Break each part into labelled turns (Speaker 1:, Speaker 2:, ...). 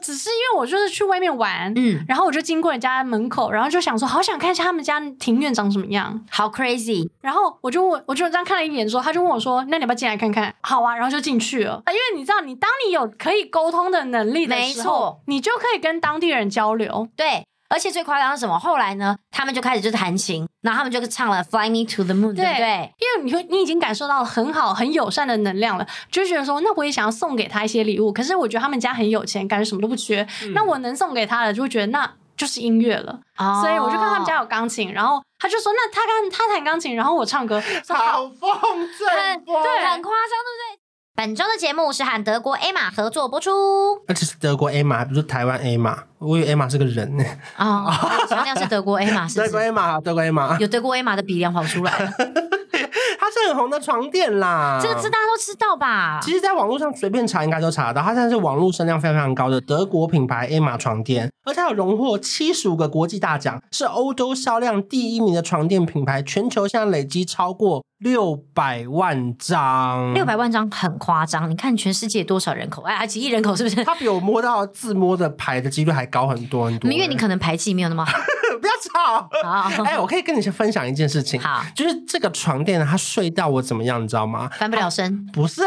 Speaker 1: 只是因为我就是去外面玩，
Speaker 2: 嗯，
Speaker 1: 然后我就经过人家门口，然后就想说好想看一下他们家庭院长什么样，
Speaker 2: 好 crazy，
Speaker 1: 然后我就问，我就这样看了一眼之后，他就问我说：“那你要不要进来看看？”好啊，然后就进去了。啊，因为你知道，你当你有可以沟通的能力的
Speaker 2: 没
Speaker 1: 时候
Speaker 2: 错，
Speaker 1: 你就可以跟当地人交流。
Speaker 2: 对。而且最夸张是什么？后来呢，他们就开始就弹琴，然后他们就唱了《Fly Me to the Moon》，对不对？
Speaker 1: 因为你会，你已经感受到了很好、很友善的能量了，就觉得说，那我也想要送给他一些礼物。可是我觉得他们家很有钱，感觉什么都不缺。那我能送给他的，就会觉得那就是音乐了。
Speaker 2: 哦
Speaker 1: 所以我就看他们家有钢琴，然后他就说：“那他跟他弹钢琴，然后我唱歌。”
Speaker 3: 好风
Speaker 2: 很
Speaker 3: 正风，
Speaker 2: 对，很夸张，对不对？本周的节目是和德国 A 玛合作播出
Speaker 3: 而且是德国 A 马，不是台湾 A 马。我以为 A 马是个人呢。
Speaker 2: 哦，强调是德国 A 玛，是不
Speaker 3: 德国
Speaker 2: 是？
Speaker 3: A 马，德国 A 马，
Speaker 2: 有德国 A 玛的鼻梁跑出来 了，
Speaker 3: 它是很红的床垫啦。
Speaker 2: 这个知大家都知道吧？
Speaker 3: 其实，在网络上随便查应该都查得到，它现在是网络声量非常非常高的德国品牌 A 玛床垫，而它有荣获七十五个国际大奖，是欧洲销量第一名的床垫品牌，全球现在累积超过六百万张。
Speaker 2: 六百万张很夸张，你看全世界多少人口？哎，几亿人口是不是？
Speaker 3: 它比我摸到自摸的牌的几率还高很多很多。
Speaker 2: 因为你可能排气没有那么好。
Speaker 3: 不要吵。
Speaker 2: 好
Speaker 3: 哎、我可以跟你先分享一件事情，
Speaker 2: 好
Speaker 3: 就是这个床垫呢它睡到我怎么样，你知道吗？
Speaker 2: 翻不了身。
Speaker 3: 不是，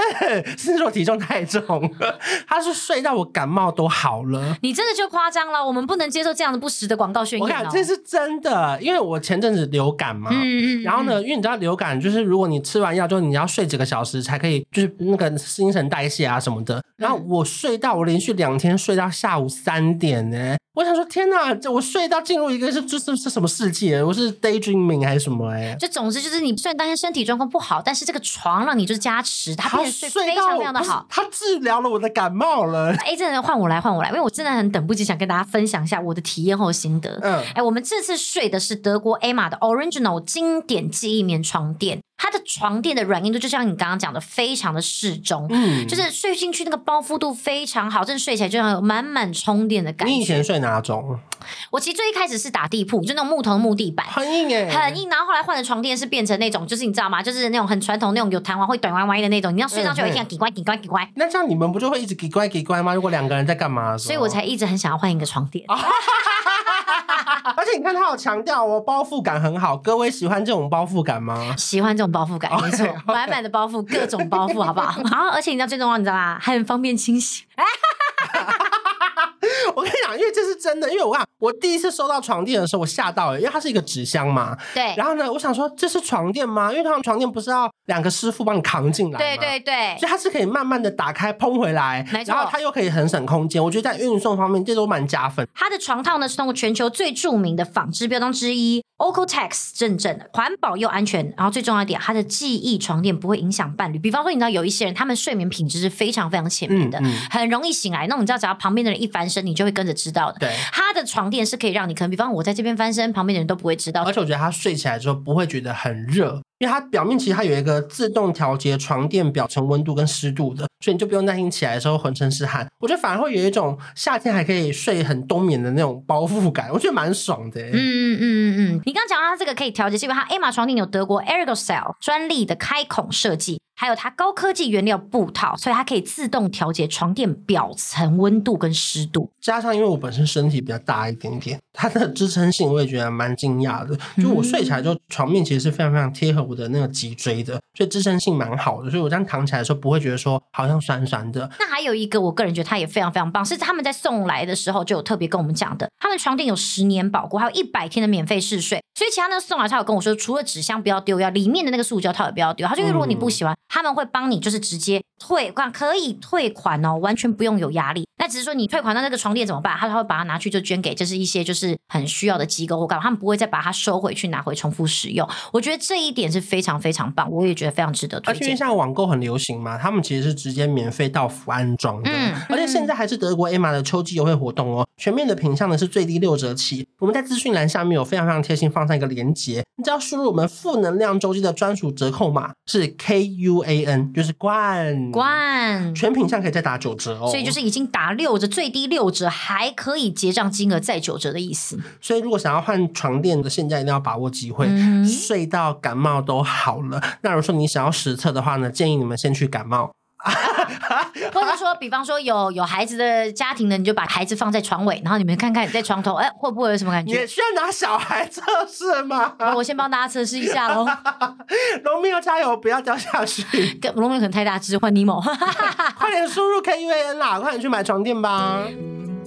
Speaker 3: 是说体重太重了，它是睡到我感冒都好了。
Speaker 2: 你真的就夸张了，我们不能接受这样的不实的广告宣
Speaker 3: 我
Speaker 2: 言
Speaker 3: 看
Speaker 2: 哦。
Speaker 3: 这是真的，因为我前阵子流感嘛。
Speaker 2: 嗯嗯嗯
Speaker 3: 然后呢，因为你知道流感就是，如果你吃完药之后，你要睡几个小时才可以，就是那个新陈代谢啊什么的。然后
Speaker 2: 嗯
Speaker 3: 我睡到我连续两天睡到下午三点呢、我想说天哪，这我睡到进入一个是这是是什么世界？我是 daydreaming 还是什么、哎，
Speaker 2: 就总之就是，你虽然当天身体状况不好，但是这个床让你就是加持，它
Speaker 3: 他
Speaker 2: 变得睡非
Speaker 3: 睡到
Speaker 2: 常非常的好。
Speaker 3: 他治疗了我的感冒了。
Speaker 2: 哎，真的换我来，换我来，因为我真的很等不及想跟大家分享一下我的体验后心得。
Speaker 3: 嗯，
Speaker 2: 哎，我们这次睡的是德国 A 玛的 Original 经典记忆棉床垫，它的床垫的软硬度就像你刚刚讲的，非常的适中，
Speaker 3: 嗯
Speaker 2: 就是睡进去那个包覆度非常好，真的睡起来就很有满满充电的感
Speaker 3: 你以
Speaker 2: 觉。
Speaker 3: 前睡哪种？
Speaker 2: 我其实最一开始是打地铺，就那种木头的木地板。
Speaker 3: 很硬哎、
Speaker 2: 很硬，然后后来换的床垫是变成那种，就是你知道吗？就是那种很传统那种有弹簧会短歪歪的那种，你要睡上去有一定要叽呱叽呱叽呱，
Speaker 3: 那这样你们不就会一直给乖给乖吗？如果两个人在干嘛的时候
Speaker 2: 所以我才一直很想要换一个床
Speaker 3: 哦
Speaker 2: 垫。
Speaker 3: 而且你看，他有强调哦，包覆感很好。各位喜欢这种包覆感吗？
Speaker 2: 喜欢这种包覆
Speaker 3: 哦
Speaker 2: 感，没错，满满的包覆，各种包覆，好不 好？然后，而且你知道最重要，你知道吗？还很方便清洗。
Speaker 3: 我跟你讲，因为这是真的，因为我看我第一次收到床垫的时候，我吓到了，因为它是一个纸箱嘛。
Speaker 2: 对，
Speaker 3: 然后呢，我想说这是床垫吗？因为他们床垫不是要两个师傅帮你扛进来吗？
Speaker 2: 对对对
Speaker 3: 所，以它是可以慢慢的打开砰回来
Speaker 2: 没，错
Speaker 3: 然后它又可以很省空间。我觉得在运送方面，这都蛮加分。
Speaker 2: 它的床套呢是通过全球最著名的纺织标章之一 Ocotex 认证的，环保又安全。然后最重要一点，它的记忆床垫不会影响伴侣。比方说，你知道有一些人，他们睡眠品质是非常非常浅眠的，
Speaker 3: 嗯嗯
Speaker 2: 很容易醒来。那我们知道，只要旁边的人一翻身，你就会跟着知道的。
Speaker 3: 对，
Speaker 2: 它的床垫是可以让你，可能比方我在这边翻身，旁边的人都不会知道
Speaker 3: 而。且我觉得它睡起来之后不会觉得很热，因为它表面其实它有一个自动调节床垫表层温度跟湿度的，所以你就不用担心起来的时候浑身是汗。我觉得反而会有一种夏天还可以睡很冬眠的那种包覆感，我觉得蛮爽的、欸。
Speaker 2: 嗯嗯嗯嗯，你刚刚讲到它这个可以调节，是因为它 Emma 床垫有德国 Ergocell 专利的开孔设计，还有它高科技原料布套，所以它可以自动调节床垫表层温度跟湿度。
Speaker 3: 加上因为我本身身体比较大一点点，它的支撑性我也觉得蛮惊讶的。就我睡起来之
Speaker 2: 嗯
Speaker 3: 后，床面其实是非常非常贴合我的那个脊椎的，所以支撑性蛮好的。所以我这样躺起来的时候不会觉得说好像酸酸的，
Speaker 2: 那还有一个，我个人觉得它也非常非常棒，是他们在送来的时候就有特别跟我们讲的，他们床垫有十年保固，还有一百天的免费试睡。所以其他那个送来，他有跟我说，除了纸箱不要丢，要里面的那个塑胶套也不要丢。他就因为如果你不喜欢，他们会帮你就是直接退款，可以退款哦，完全不用有压力。那只是说你退款到那个床垫怎么办？他他会把它拿去就捐给就是一些就是很需要的机构或干嘛，他们不会再把它收回去拿回重复使用。我觉得这一点是非常非常棒，我也觉得非常值得推
Speaker 3: 而且因为
Speaker 2: 荐
Speaker 3: 现。在网购很流行嘛，他们其实是直接免费到府安装的。
Speaker 2: 嗯
Speaker 3: 而且现在还是德国 Emma 的秋季优惠活动哦，全面的品项呢是最低六折起。我们在资讯栏下面有非常非常贴心放上一个链接，你只要输入我们负能量周期的专属折扣码是 K U A N，就是冠，
Speaker 2: 冠，
Speaker 3: 全品项可以再打九折哦。
Speaker 2: 所以就是已经打六折，最低六折，还可以结账金额再九折的意 思。
Speaker 3: 所以如果想要换床垫的，现在一定要把握机会。
Speaker 2: 嗯哼
Speaker 3: 睡到感冒都好了，那如果说你想要实测的话呢，建议你们先去感冒。
Speaker 2: 嗯或者说，比方说有有孩子的家庭呢，你就把孩子放在床尾，然后你们看看在床头，哎，会不会有什么感
Speaker 3: 你
Speaker 2: 觉
Speaker 3: 也？需要拿小孩测试吗？
Speaker 2: 好我先帮大家测试一下喽。
Speaker 3: 罗密欧加油，不要掉 下去！
Speaker 2: 跟罗密欧可能太大只，换尼 莫。
Speaker 3: 快点输入 K U A N 啦，快点去买床垫吧。
Speaker 2: 嗯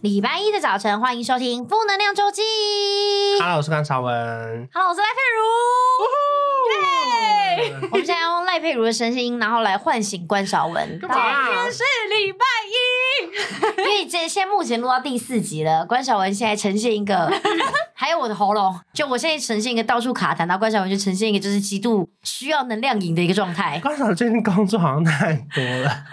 Speaker 2: 礼拜一的早晨，欢迎收听负能量周记。
Speaker 3: Hello，我是甘朝文。
Speaker 2: Hello，我是赖佩如。耶！我们现在用赖佩如的声音，然后来唤醒关少文。
Speaker 3: 干嘛啊？
Speaker 1: 是礼拜一，
Speaker 2: 因为这现在目前录到第四集了，关晓雯现在呈现一个，还有我的喉咙，就我现在呈现一个到处卡痰，然后关晓雯就呈现一个就是极度需要能量饮的一个状态。
Speaker 3: 刚才最近工作好像太多了，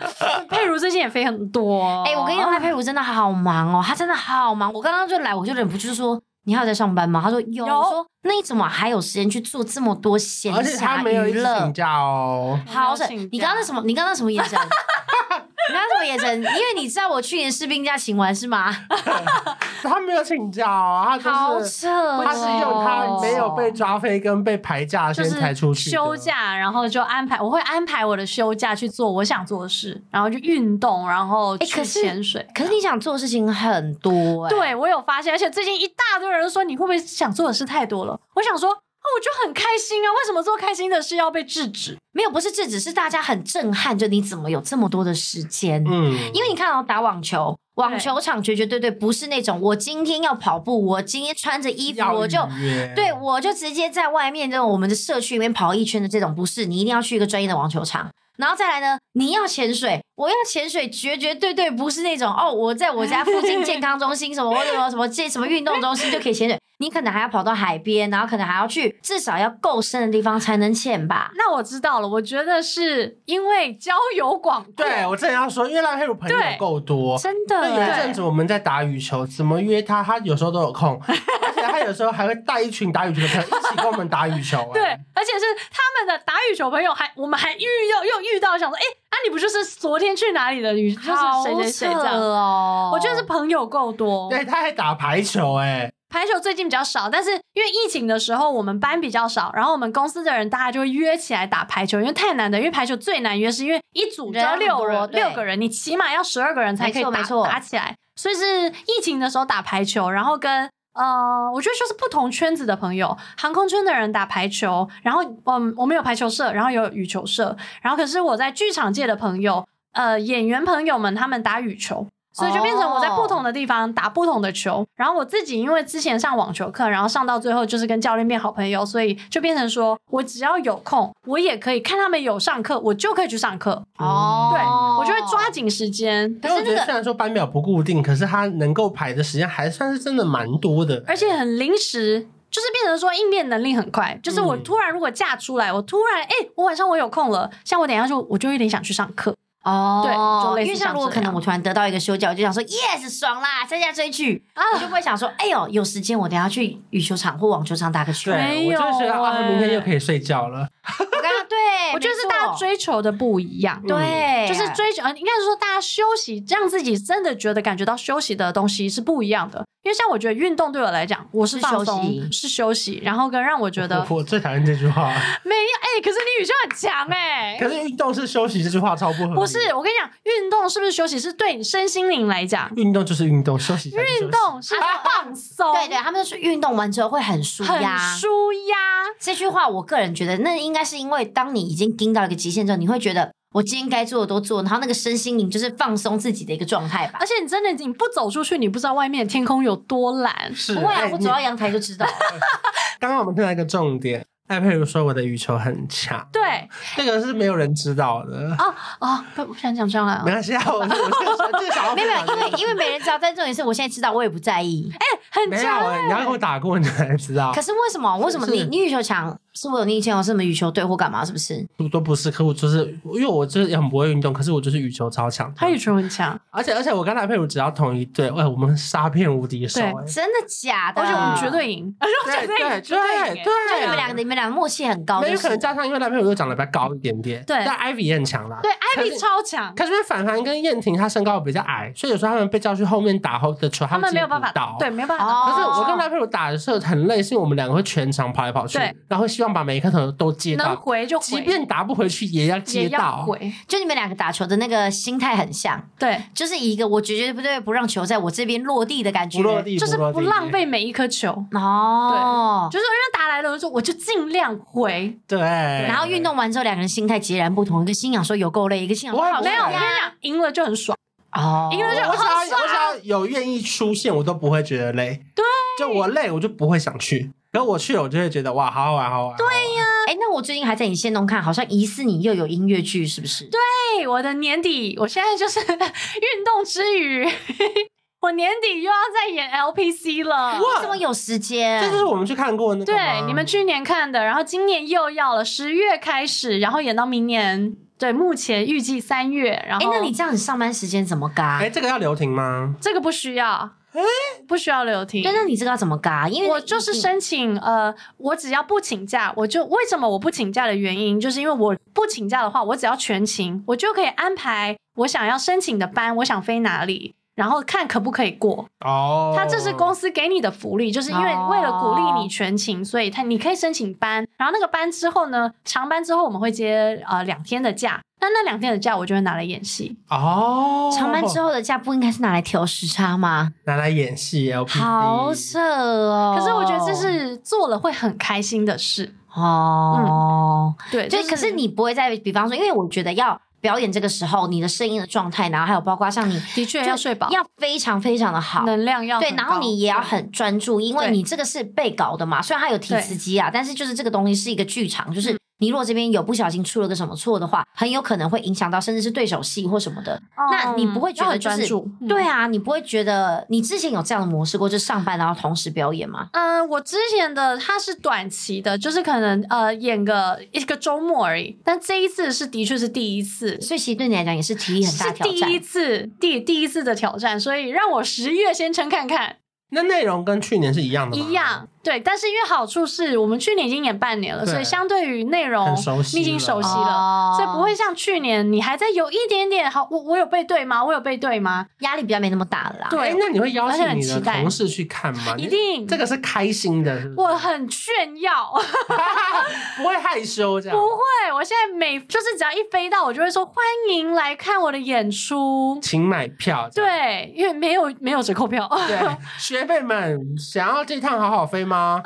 Speaker 1: 佩如最近也飞很多。哦
Speaker 2: 哎、我跟你讲，赖佩如真的好忙哦，她真的好忙。我刚刚就来，我就忍不住说。你还有在上班吗？她说有。
Speaker 1: 有
Speaker 2: 我说那你怎么还有时间去做这么多闲
Speaker 3: 而且他
Speaker 2: 暇
Speaker 3: 没有一
Speaker 2: 娱
Speaker 3: 直
Speaker 2: 乐
Speaker 3: 请？假哦。
Speaker 2: 好省
Speaker 1: 我没有请假，
Speaker 2: 你刚刚那什么？你刚刚那什么眼神？ 你刚刚什么眼神？因为你知道我去年士兵假请完是 吗？
Speaker 3: 他没有请假哦，他
Speaker 2: 好
Speaker 3: 就是
Speaker 2: 扯、哦！
Speaker 3: 他是用他没有被抓飞跟被排假
Speaker 1: 就
Speaker 3: 先才出
Speaker 1: 是
Speaker 3: 去的
Speaker 1: 休。假，然后就安排，我会安排我的休假去做我想做的事，然后去运动，然后
Speaker 2: 哎可
Speaker 1: 去
Speaker 2: 是
Speaker 1: 潜水。
Speaker 2: 可是你想做的事情很多、欸，，
Speaker 1: 对我有发现，而且最近一大堆人都说你会不会想做的事太多了？我想说，哦，我就很开心啊，为什么做开心的事要被制止？
Speaker 2: 没有不是这只是大家很震撼，就你怎么有这么多的时间？
Speaker 3: 嗯，
Speaker 2: 因为你看哦，打网球，网球场绝绝对对不是那种我今天要跑步，我今天穿着衣服
Speaker 3: 要
Speaker 2: 我就。
Speaker 3: 预约
Speaker 2: 对，我就直接在外面这种我们的社区里面跑一圈的这种，不是你一定要去一个专业的网球场。然后再来呢，你要潜水，我要潜水，绝绝对对不是那种哦，我在我家附近健康中心什么或者什么什么这什么运动中心就可以潜水，你可能还要跑到海边，然后可能还要去至少要够深的地方才能潜吧。
Speaker 1: 那我知道了，我觉得是因为交友广阔，
Speaker 3: 对我正要说，因为赖佩如朋友
Speaker 1: 对
Speaker 3: 够多，
Speaker 2: 真的
Speaker 3: 那有一
Speaker 2: 欸，
Speaker 3: 阵子我们在打羽球，怎么约他？他有时候都有空，而且他有时候还会带一群打羽球的朋友一起跟我们打羽球、哎
Speaker 1: 对，而且是他们的打羽球朋友还，我们还遇到又遇到，想说，哎、啊，你不就是昨天去哪里的羽， 就是谁谁谁这
Speaker 2: 好扯
Speaker 1: 样。
Speaker 2: 哦，
Speaker 1: 我觉得是朋友够多，
Speaker 3: 对，他还打排球、哎，
Speaker 1: 排球最近比较少，但是因为疫情的时候我们班比较少，然后我们公司的人大家就会约起来打排球，因为太难的，因为排球最难约，是因为一组只要六
Speaker 2: 人很
Speaker 1: 人
Speaker 2: 多对
Speaker 1: 六个人，你起码要十二个人才可以
Speaker 2: 没错
Speaker 1: 打
Speaker 2: 没错
Speaker 1: 打起来，所以是疫情的时候打排球，然后跟。呃，我觉得就是不同圈子的朋友，航空圈的人打排球，然后嗯，我们有排球社，然后有羽球社，然后可是我在剧场界的朋友，呃，演员朋友们他们打羽球，所以就变成我在不
Speaker 3: 哦
Speaker 1: 同的地方打不同的球。然后我自己因为之前上网球课，然后上到最后就是跟教练变好朋友，所以就变成说我只要有空，我也可以看他们有上课，我就可以去上课。
Speaker 2: 哦，
Speaker 1: 对我就会抓紧时间，
Speaker 3: 因为我觉得虽然说班表不固定，可是他能够排的时间还算是真的蛮多的，
Speaker 1: 而且很临时。就是变成说应变能力很快，就是我
Speaker 3: 嗯
Speaker 1: 突然如果嫁出来，我突然哎、我晚上我有空了，像我等一下就我就有点想去上课，
Speaker 2: 哦，
Speaker 1: 对就类似
Speaker 2: 因为像
Speaker 1: 像
Speaker 2: 如果
Speaker 1: 这
Speaker 2: 可能
Speaker 1: 样
Speaker 2: 我突然得到一个休假，我就想说 yes 爽啦，参加追剧，
Speaker 1: 啊
Speaker 2: 我就不会想说，哎呦有时间我等一下去羽球场或网球场打个球。
Speaker 3: 对
Speaker 2: 我
Speaker 1: 没
Speaker 3: 我
Speaker 1: 有
Speaker 3: 就觉得啊，
Speaker 1: 哎
Speaker 3: 明天又可以睡觉了。
Speaker 2: 刚刚对，
Speaker 1: 我觉得是
Speaker 2: 没
Speaker 1: 大家
Speaker 2: 错
Speaker 1: 追求的不一样。
Speaker 2: 对，啊
Speaker 1: 就是追求，呃应该是说大家休息，让自己真的觉得感觉到休息的东西是不一样的。因为像我觉得运动对我来讲，我是
Speaker 2: 是
Speaker 1: 放
Speaker 2: 休息
Speaker 3: 哦
Speaker 1: 松，是休息，然后跟让我觉得
Speaker 3: 我我最讨厌这句话，
Speaker 1: 没有哎、可是你语修很强哎、
Speaker 3: 可是运动是休息这句话超不合理。
Speaker 1: 不是，我跟你讲，运动是不是休息是对你身心灵来讲，
Speaker 3: 运动就是运动，休息才是休息
Speaker 1: 运动是放松，
Speaker 2: 啊对对，他们说运动完之后会很舒
Speaker 1: 很
Speaker 2: 压。
Speaker 1: 舒压。
Speaker 2: 这句话我个人觉得，那应该是因为当你已经盯到一个极限之后，你会觉得我今天该做的都做，然后那个身心灵就是放松自己的一个状态吧
Speaker 1: 而。且你真的你不走出去，你不知道外面的天空有多蓝。
Speaker 3: 是。
Speaker 2: 不会啊
Speaker 3: 哎，
Speaker 2: 我走到阳台就知道了。
Speaker 3: 你刚刚我们听到一个重点，艾佩如说我的羽球很强，
Speaker 1: 对
Speaker 3: 这个是没有人知道的。
Speaker 1: 哦，不不想讲这样啊
Speaker 3: 没，关系啊，我是我是这个小
Speaker 2: 没 有，没有因为因为没人知道，但重点是我现在知道，我也不在意。
Speaker 1: 很
Speaker 3: 没有
Speaker 1: 强。
Speaker 3: 哎，你要跟我打过你才知道
Speaker 2: 啊可，是为什么？为什么你
Speaker 3: 是
Speaker 2: 你羽球强？是我有你以前有什么羽球队或干嘛？是不是？
Speaker 3: 我都不是，可我就是因为我就是很不会运动，可是我就是羽球超强的。
Speaker 1: 他羽球很强，
Speaker 3: 而且而且我跟艾佩如只要同一队，哎，我们杀片无敌手，
Speaker 1: 对
Speaker 3: 哎
Speaker 2: 真的假的？
Speaker 1: 而且我们绝对赢，
Speaker 3: 嗯对
Speaker 1: 绝对
Speaker 3: 对
Speaker 1: 赢绝对赢
Speaker 3: 对
Speaker 1: 哎
Speaker 2: 就你们两
Speaker 3: 对。
Speaker 2: 个，你们两个默契很高，
Speaker 3: 没
Speaker 2: 就
Speaker 3: 有可
Speaker 2: 是
Speaker 3: 能加上，因为男朋友又长得比较高一点点，
Speaker 1: 对
Speaker 3: 但 Ivy 也很强啦。
Speaker 1: 对
Speaker 3: 可是
Speaker 1: ，Ivy 超强。
Speaker 3: 可是因为反凡跟燕婷她身高比较矮，所以有时候他们被叫去后面打后的球，
Speaker 1: 他们没有办法
Speaker 3: 倒。
Speaker 1: 对，。没有办法
Speaker 2: 哦
Speaker 1: 打。
Speaker 3: 可是我跟男朋友打的时候很累，是因为我们两个会全场跑来跑去
Speaker 1: 对，
Speaker 3: 然后希望把每一颗球都接
Speaker 1: 能
Speaker 3: 到，
Speaker 1: 回就回，
Speaker 3: 即便打不回去也要接
Speaker 1: 也要
Speaker 3: 到。
Speaker 1: 回。
Speaker 2: 就你们两个打球的那个心态很像，
Speaker 1: 对，
Speaker 2: 就是一个我绝对不对不让球在我这边落地的感觉，
Speaker 3: 不落地，
Speaker 1: 就是
Speaker 3: 落
Speaker 1: 不
Speaker 3: 地
Speaker 1: 浪。费每一颗球。
Speaker 2: 哦。
Speaker 1: 就是人家打来了，我就说我就尽量回。
Speaker 3: 对。然
Speaker 2: 然后运动完之后，两个人心态截然不同，一个心想说有够累，一个心想
Speaker 3: 不
Speaker 2: 说
Speaker 3: 会
Speaker 2: 好
Speaker 3: 不
Speaker 1: 没
Speaker 3: 会
Speaker 1: 有，我
Speaker 2: 累
Speaker 1: 跟你
Speaker 2: 啊
Speaker 1: 讲，赢了就很爽。
Speaker 2: 哦，
Speaker 1: 因为就
Speaker 3: 哦我只要我只要有愿意出现，我都不会觉得累。对，就我累，我就不会想去。可我去了，我就会觉得哇，好好玩，好好玩。对呀、
Speaker 2: 哎，那我最近还在你线动看，好像疑似你又有音乐剧，是不是？对，
Speaker 1: 对，我的年底，我现在就是 运动之余， 我年底又要再演 LPC 了。
Speaker 3: 哇
Speaker 2: 怎么有时
Speaker 3: 这
Speaker 2: 间
Speaker 3: 就？是我们去看过那个吗
Speaker 1: 对，你们去年看的，然后今年又要了，十月开始，然后演到明年。对，目前预计三月。然
Speaker 2: 哎，
Speaker 1: 后，
Speaker 2: 那你这样，你上班时间怎么嘎
Speaker 3: 哎、？这个要留停吗？
Speaker 1: 这个不需要，不需要留停
Speaker 2: 对，。那你这个要怎么嘎？因为
Speaker 1: 我就是
Speaker 2: 你
Speaker 1: 申请，呃，我只要不请假，我就为什么我不请假的原因，就是因为我不请假的话，我只要全勤，我就可以安排我想要申请的班，我想飞哪里，然后看可不可以过。
Speaker 3: 哦，
Speaker 1: 他这是公司给你的福利，就是因为
Speaker 2: 哦
Speaker 1: 为了鼓励你全勤，所以他你可以申请班，然后那个班之后呢，长班之后我们会接呃两天的假，那那两天的假我就会拿来演戏。
Speaker 3: 哦，
Speaker 2: 长班之后的假不应该是拿来调时差吗？
Speaker 3: 拿来演戏 LP，
Speaker 2: 好色哦！
Speaker 1: 可是我觉得这是做了会很开心的事，
Speaker 2: 哦，
Speaker 1: 对，
Speaker 2: 就是可是你不会在，比方说，因为我觉得要表演这个时候，你的声音的状态，然后还有包括像你
Speaker 1: 的确
Speaker 2: 就
Speaker 1: 要睡饱，
Speaker 2: 要非常非常的好。
Speaker 1: 能量要
Speaker 2: 对，
Speaker 1: 很
Speaker 2: 然后
Speaker 1: 高
Speaker 2: 你也要
Speaker 1: 对
Speaker 2: 很专注，因为
Speaker 1: 对
Speaker 2: 你这个是被搞的嘛。虽然它有提词机啊，但是就是这个东西是一个剧场，
Speaker 1: 嗯
Speaker 2: 就是你如果这边有不小心出了个什么错的话，很有可能会影响到甚至是对手戏或什么的。那你不会觉
Speaker 1: 嗯要
Speaker 2: 得
Speaker 1: 很
Speaker 2: 就
Speaker 1: 专
Speaker 2: 是
Speaker 1: 注？嗯
Speaker 2: 对啊，你不会觉得你之前有这样的模式过，就上班然后同时表演吗？
Speaker 1: 嗯，我之前的它是短期的，就是可能呃演个一个周末而已，但这一次是的确是第一次，
Speaker 2: 所以其实对你来讲也是体力很大
Speaker 1: 是
Speaker 2: 的挑
Speaker 1: 第
Speaker 2: 战
Speaker 1: 一。次第第一次的挑战，所以让我十月先撑看看，
Speaker 3: 那内容跟去年是一样的吗，
Speaker 1: 一样对。但是因为好处是我们去年已经演半年了，
Speaker 3: 对
Speaker 1: 所以相对于内容
Speaker 3: 很熟悉了
Speaker 1: 你已经熟悉了。
Speaker 2: 哦
Speaker 1: 所以不会像去年，你还在有一点点好，我我有背对吗？我有背对吗？
Speaker 2: 压力比较没那么大了啦。
Speaker 1: 对
Speaker 3: 哎那你会邀请
Speaker 1: 而
Speaker 3: 你
Speaker 1: 且
Speaker 3: 的
Speaker 1: 很期待
Speaker 3: 同事去看吗？
Speaker 1: 一定，
Speaker 3: 这个是开心的，是不是
Speaker 1: 我很炫耀，
Speaker 3: 不会害羞这样，
Speaker 1: 不会，我现在每就是只要一飞到，我就会说欢迎来看我的演出。
Speaker 3: 请买票。这样
Speaker 1: 对，因为没有没有折扣票，
Speaker 3: 对，学妹们想要这趟好好飞吗？
Speaker 1: 啊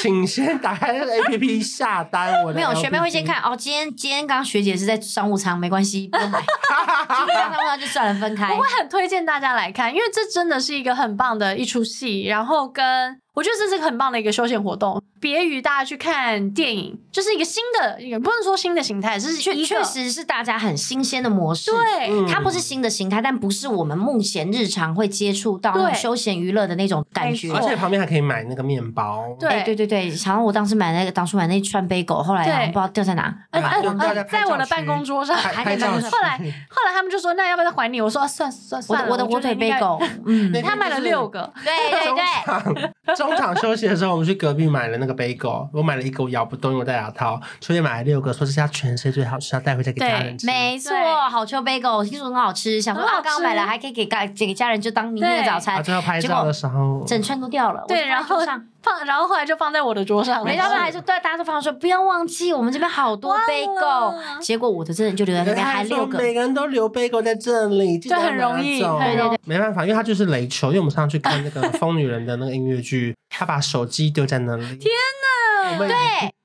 Speaker 3: 请先打开那个 APP 下单。我的
Speaker 2: 没有，学妹
Speaker 3: LPG
Speaker 2: 会先。看哦。今天今天刚刚学姐是在商务舱，没关系，不 用买。今天商务舱就算了，分开。
Speaker 1: 我很推荐大家来看，因为这真的是一个很棒的一出戏，然后跟我觉得这是个很棒的一个休闲活动，别于大家去看电影，就是一个新的，也不能说新的形态，这是
Speaker 2: 确
Speaker 1: 一个
Speaker 2: 确实是大家很新鲜的模式。
Speaker 1: 对。
Speaker 3: 嗯
Speaker 2: 它不是新的形态，但不是我们目前日常会接触到那种
Speaker 1: 对
Speaker 2: 休闲娱乐的那种感觉
Speaker 1: 没。
Speaker 3: 而
Speaker 1: 错
Speaker 3: 且旁边还可以买那个面包。
Speaker 1: 对
Speaker 2: 哎对对对，想到我当时买那个，当初买那串杯狗，后来啊
Speaker 1: 对
Speaker 2: 不知道掉在哪。
Speaker 1: 呃
Speaker 3: 啊就大家
Speaker 1: 呃，
Speaker 3: 拍
Speaker 1: 在
Speaker 3: 照
Speaker 1: 我的
Speaker 3: 区
Speaker 1: 办公桌上，
Speaker 3: 拍
Speaker 2: 拍
Speaker 3: 拍照
Speaker 2: 照
Speaker 3: 区
Speaker 1: 后来后来他们就说，那要不要再还你？我说啊算算
Speaker 2: 我
Speaker 1: 算
Speaker 2: 的
Speaker 1: 了，
Speaker 2: 我的火
Speaker 1: 觉得
Speaker 2: 腿
Speaker 1: 应该
Speaker 2: 杯狗，嗯，
Speaker 3: 那
Speaker 2: 对
Speaker 1: 他买了六个，
Speaker 2: 对对。
Speaker 3: 对。中场休息的时候，我们去隔壁买了那个 bagel，我买了一个，我咬不动，因为我戴牙套。秋叶买了六个，说这是他全世界最好吃，要带回家给家人吃。
Speaker 2: 没错
Speaker 1: 对，
Speaker 2: 好秋杯狗听说很好吃，想说
Speaker 1: 很好
Speaker 2: 啊，
Speaker 1: 吃
Speaker 2: 刚刚买了还可以给家给家人就当明天的
Speaker 1: 对
Speaker 2: 早
Speaker 3: 啊，
Speaker 2: 餐，
Speaker 3: 最后拍照的时候，
Speaker 2: 整串都掉了。
Speaker 1: 对
Speaker 2: 我就
Speaker 1: 然后
Speaker 2: 放在桌上
Speaker 1: 放，然后后来就放在我的桌上了。
Speaker 2: 没，他 们还是对大家都放说不要忘记，我们这边好多
Speaker 1: 忘
Speaker 2: bagel。
Speaker 1: 了
Speaker 2: 结果我的真的就留在那边，还六个。
Speaker 3: 每个人都留 bagel 在这里，记得
Speaker 1: 对
Speaker 3: 要
Speaker 1: 很容易
Speaker 3: 拿走
Speaker 1: 很容易
Speaker 3: 没办法，因为他就是雷球，因为我们上次去看那个《疯女人》的那个音乐剧，他把手机丢在那里。天哪！我们对，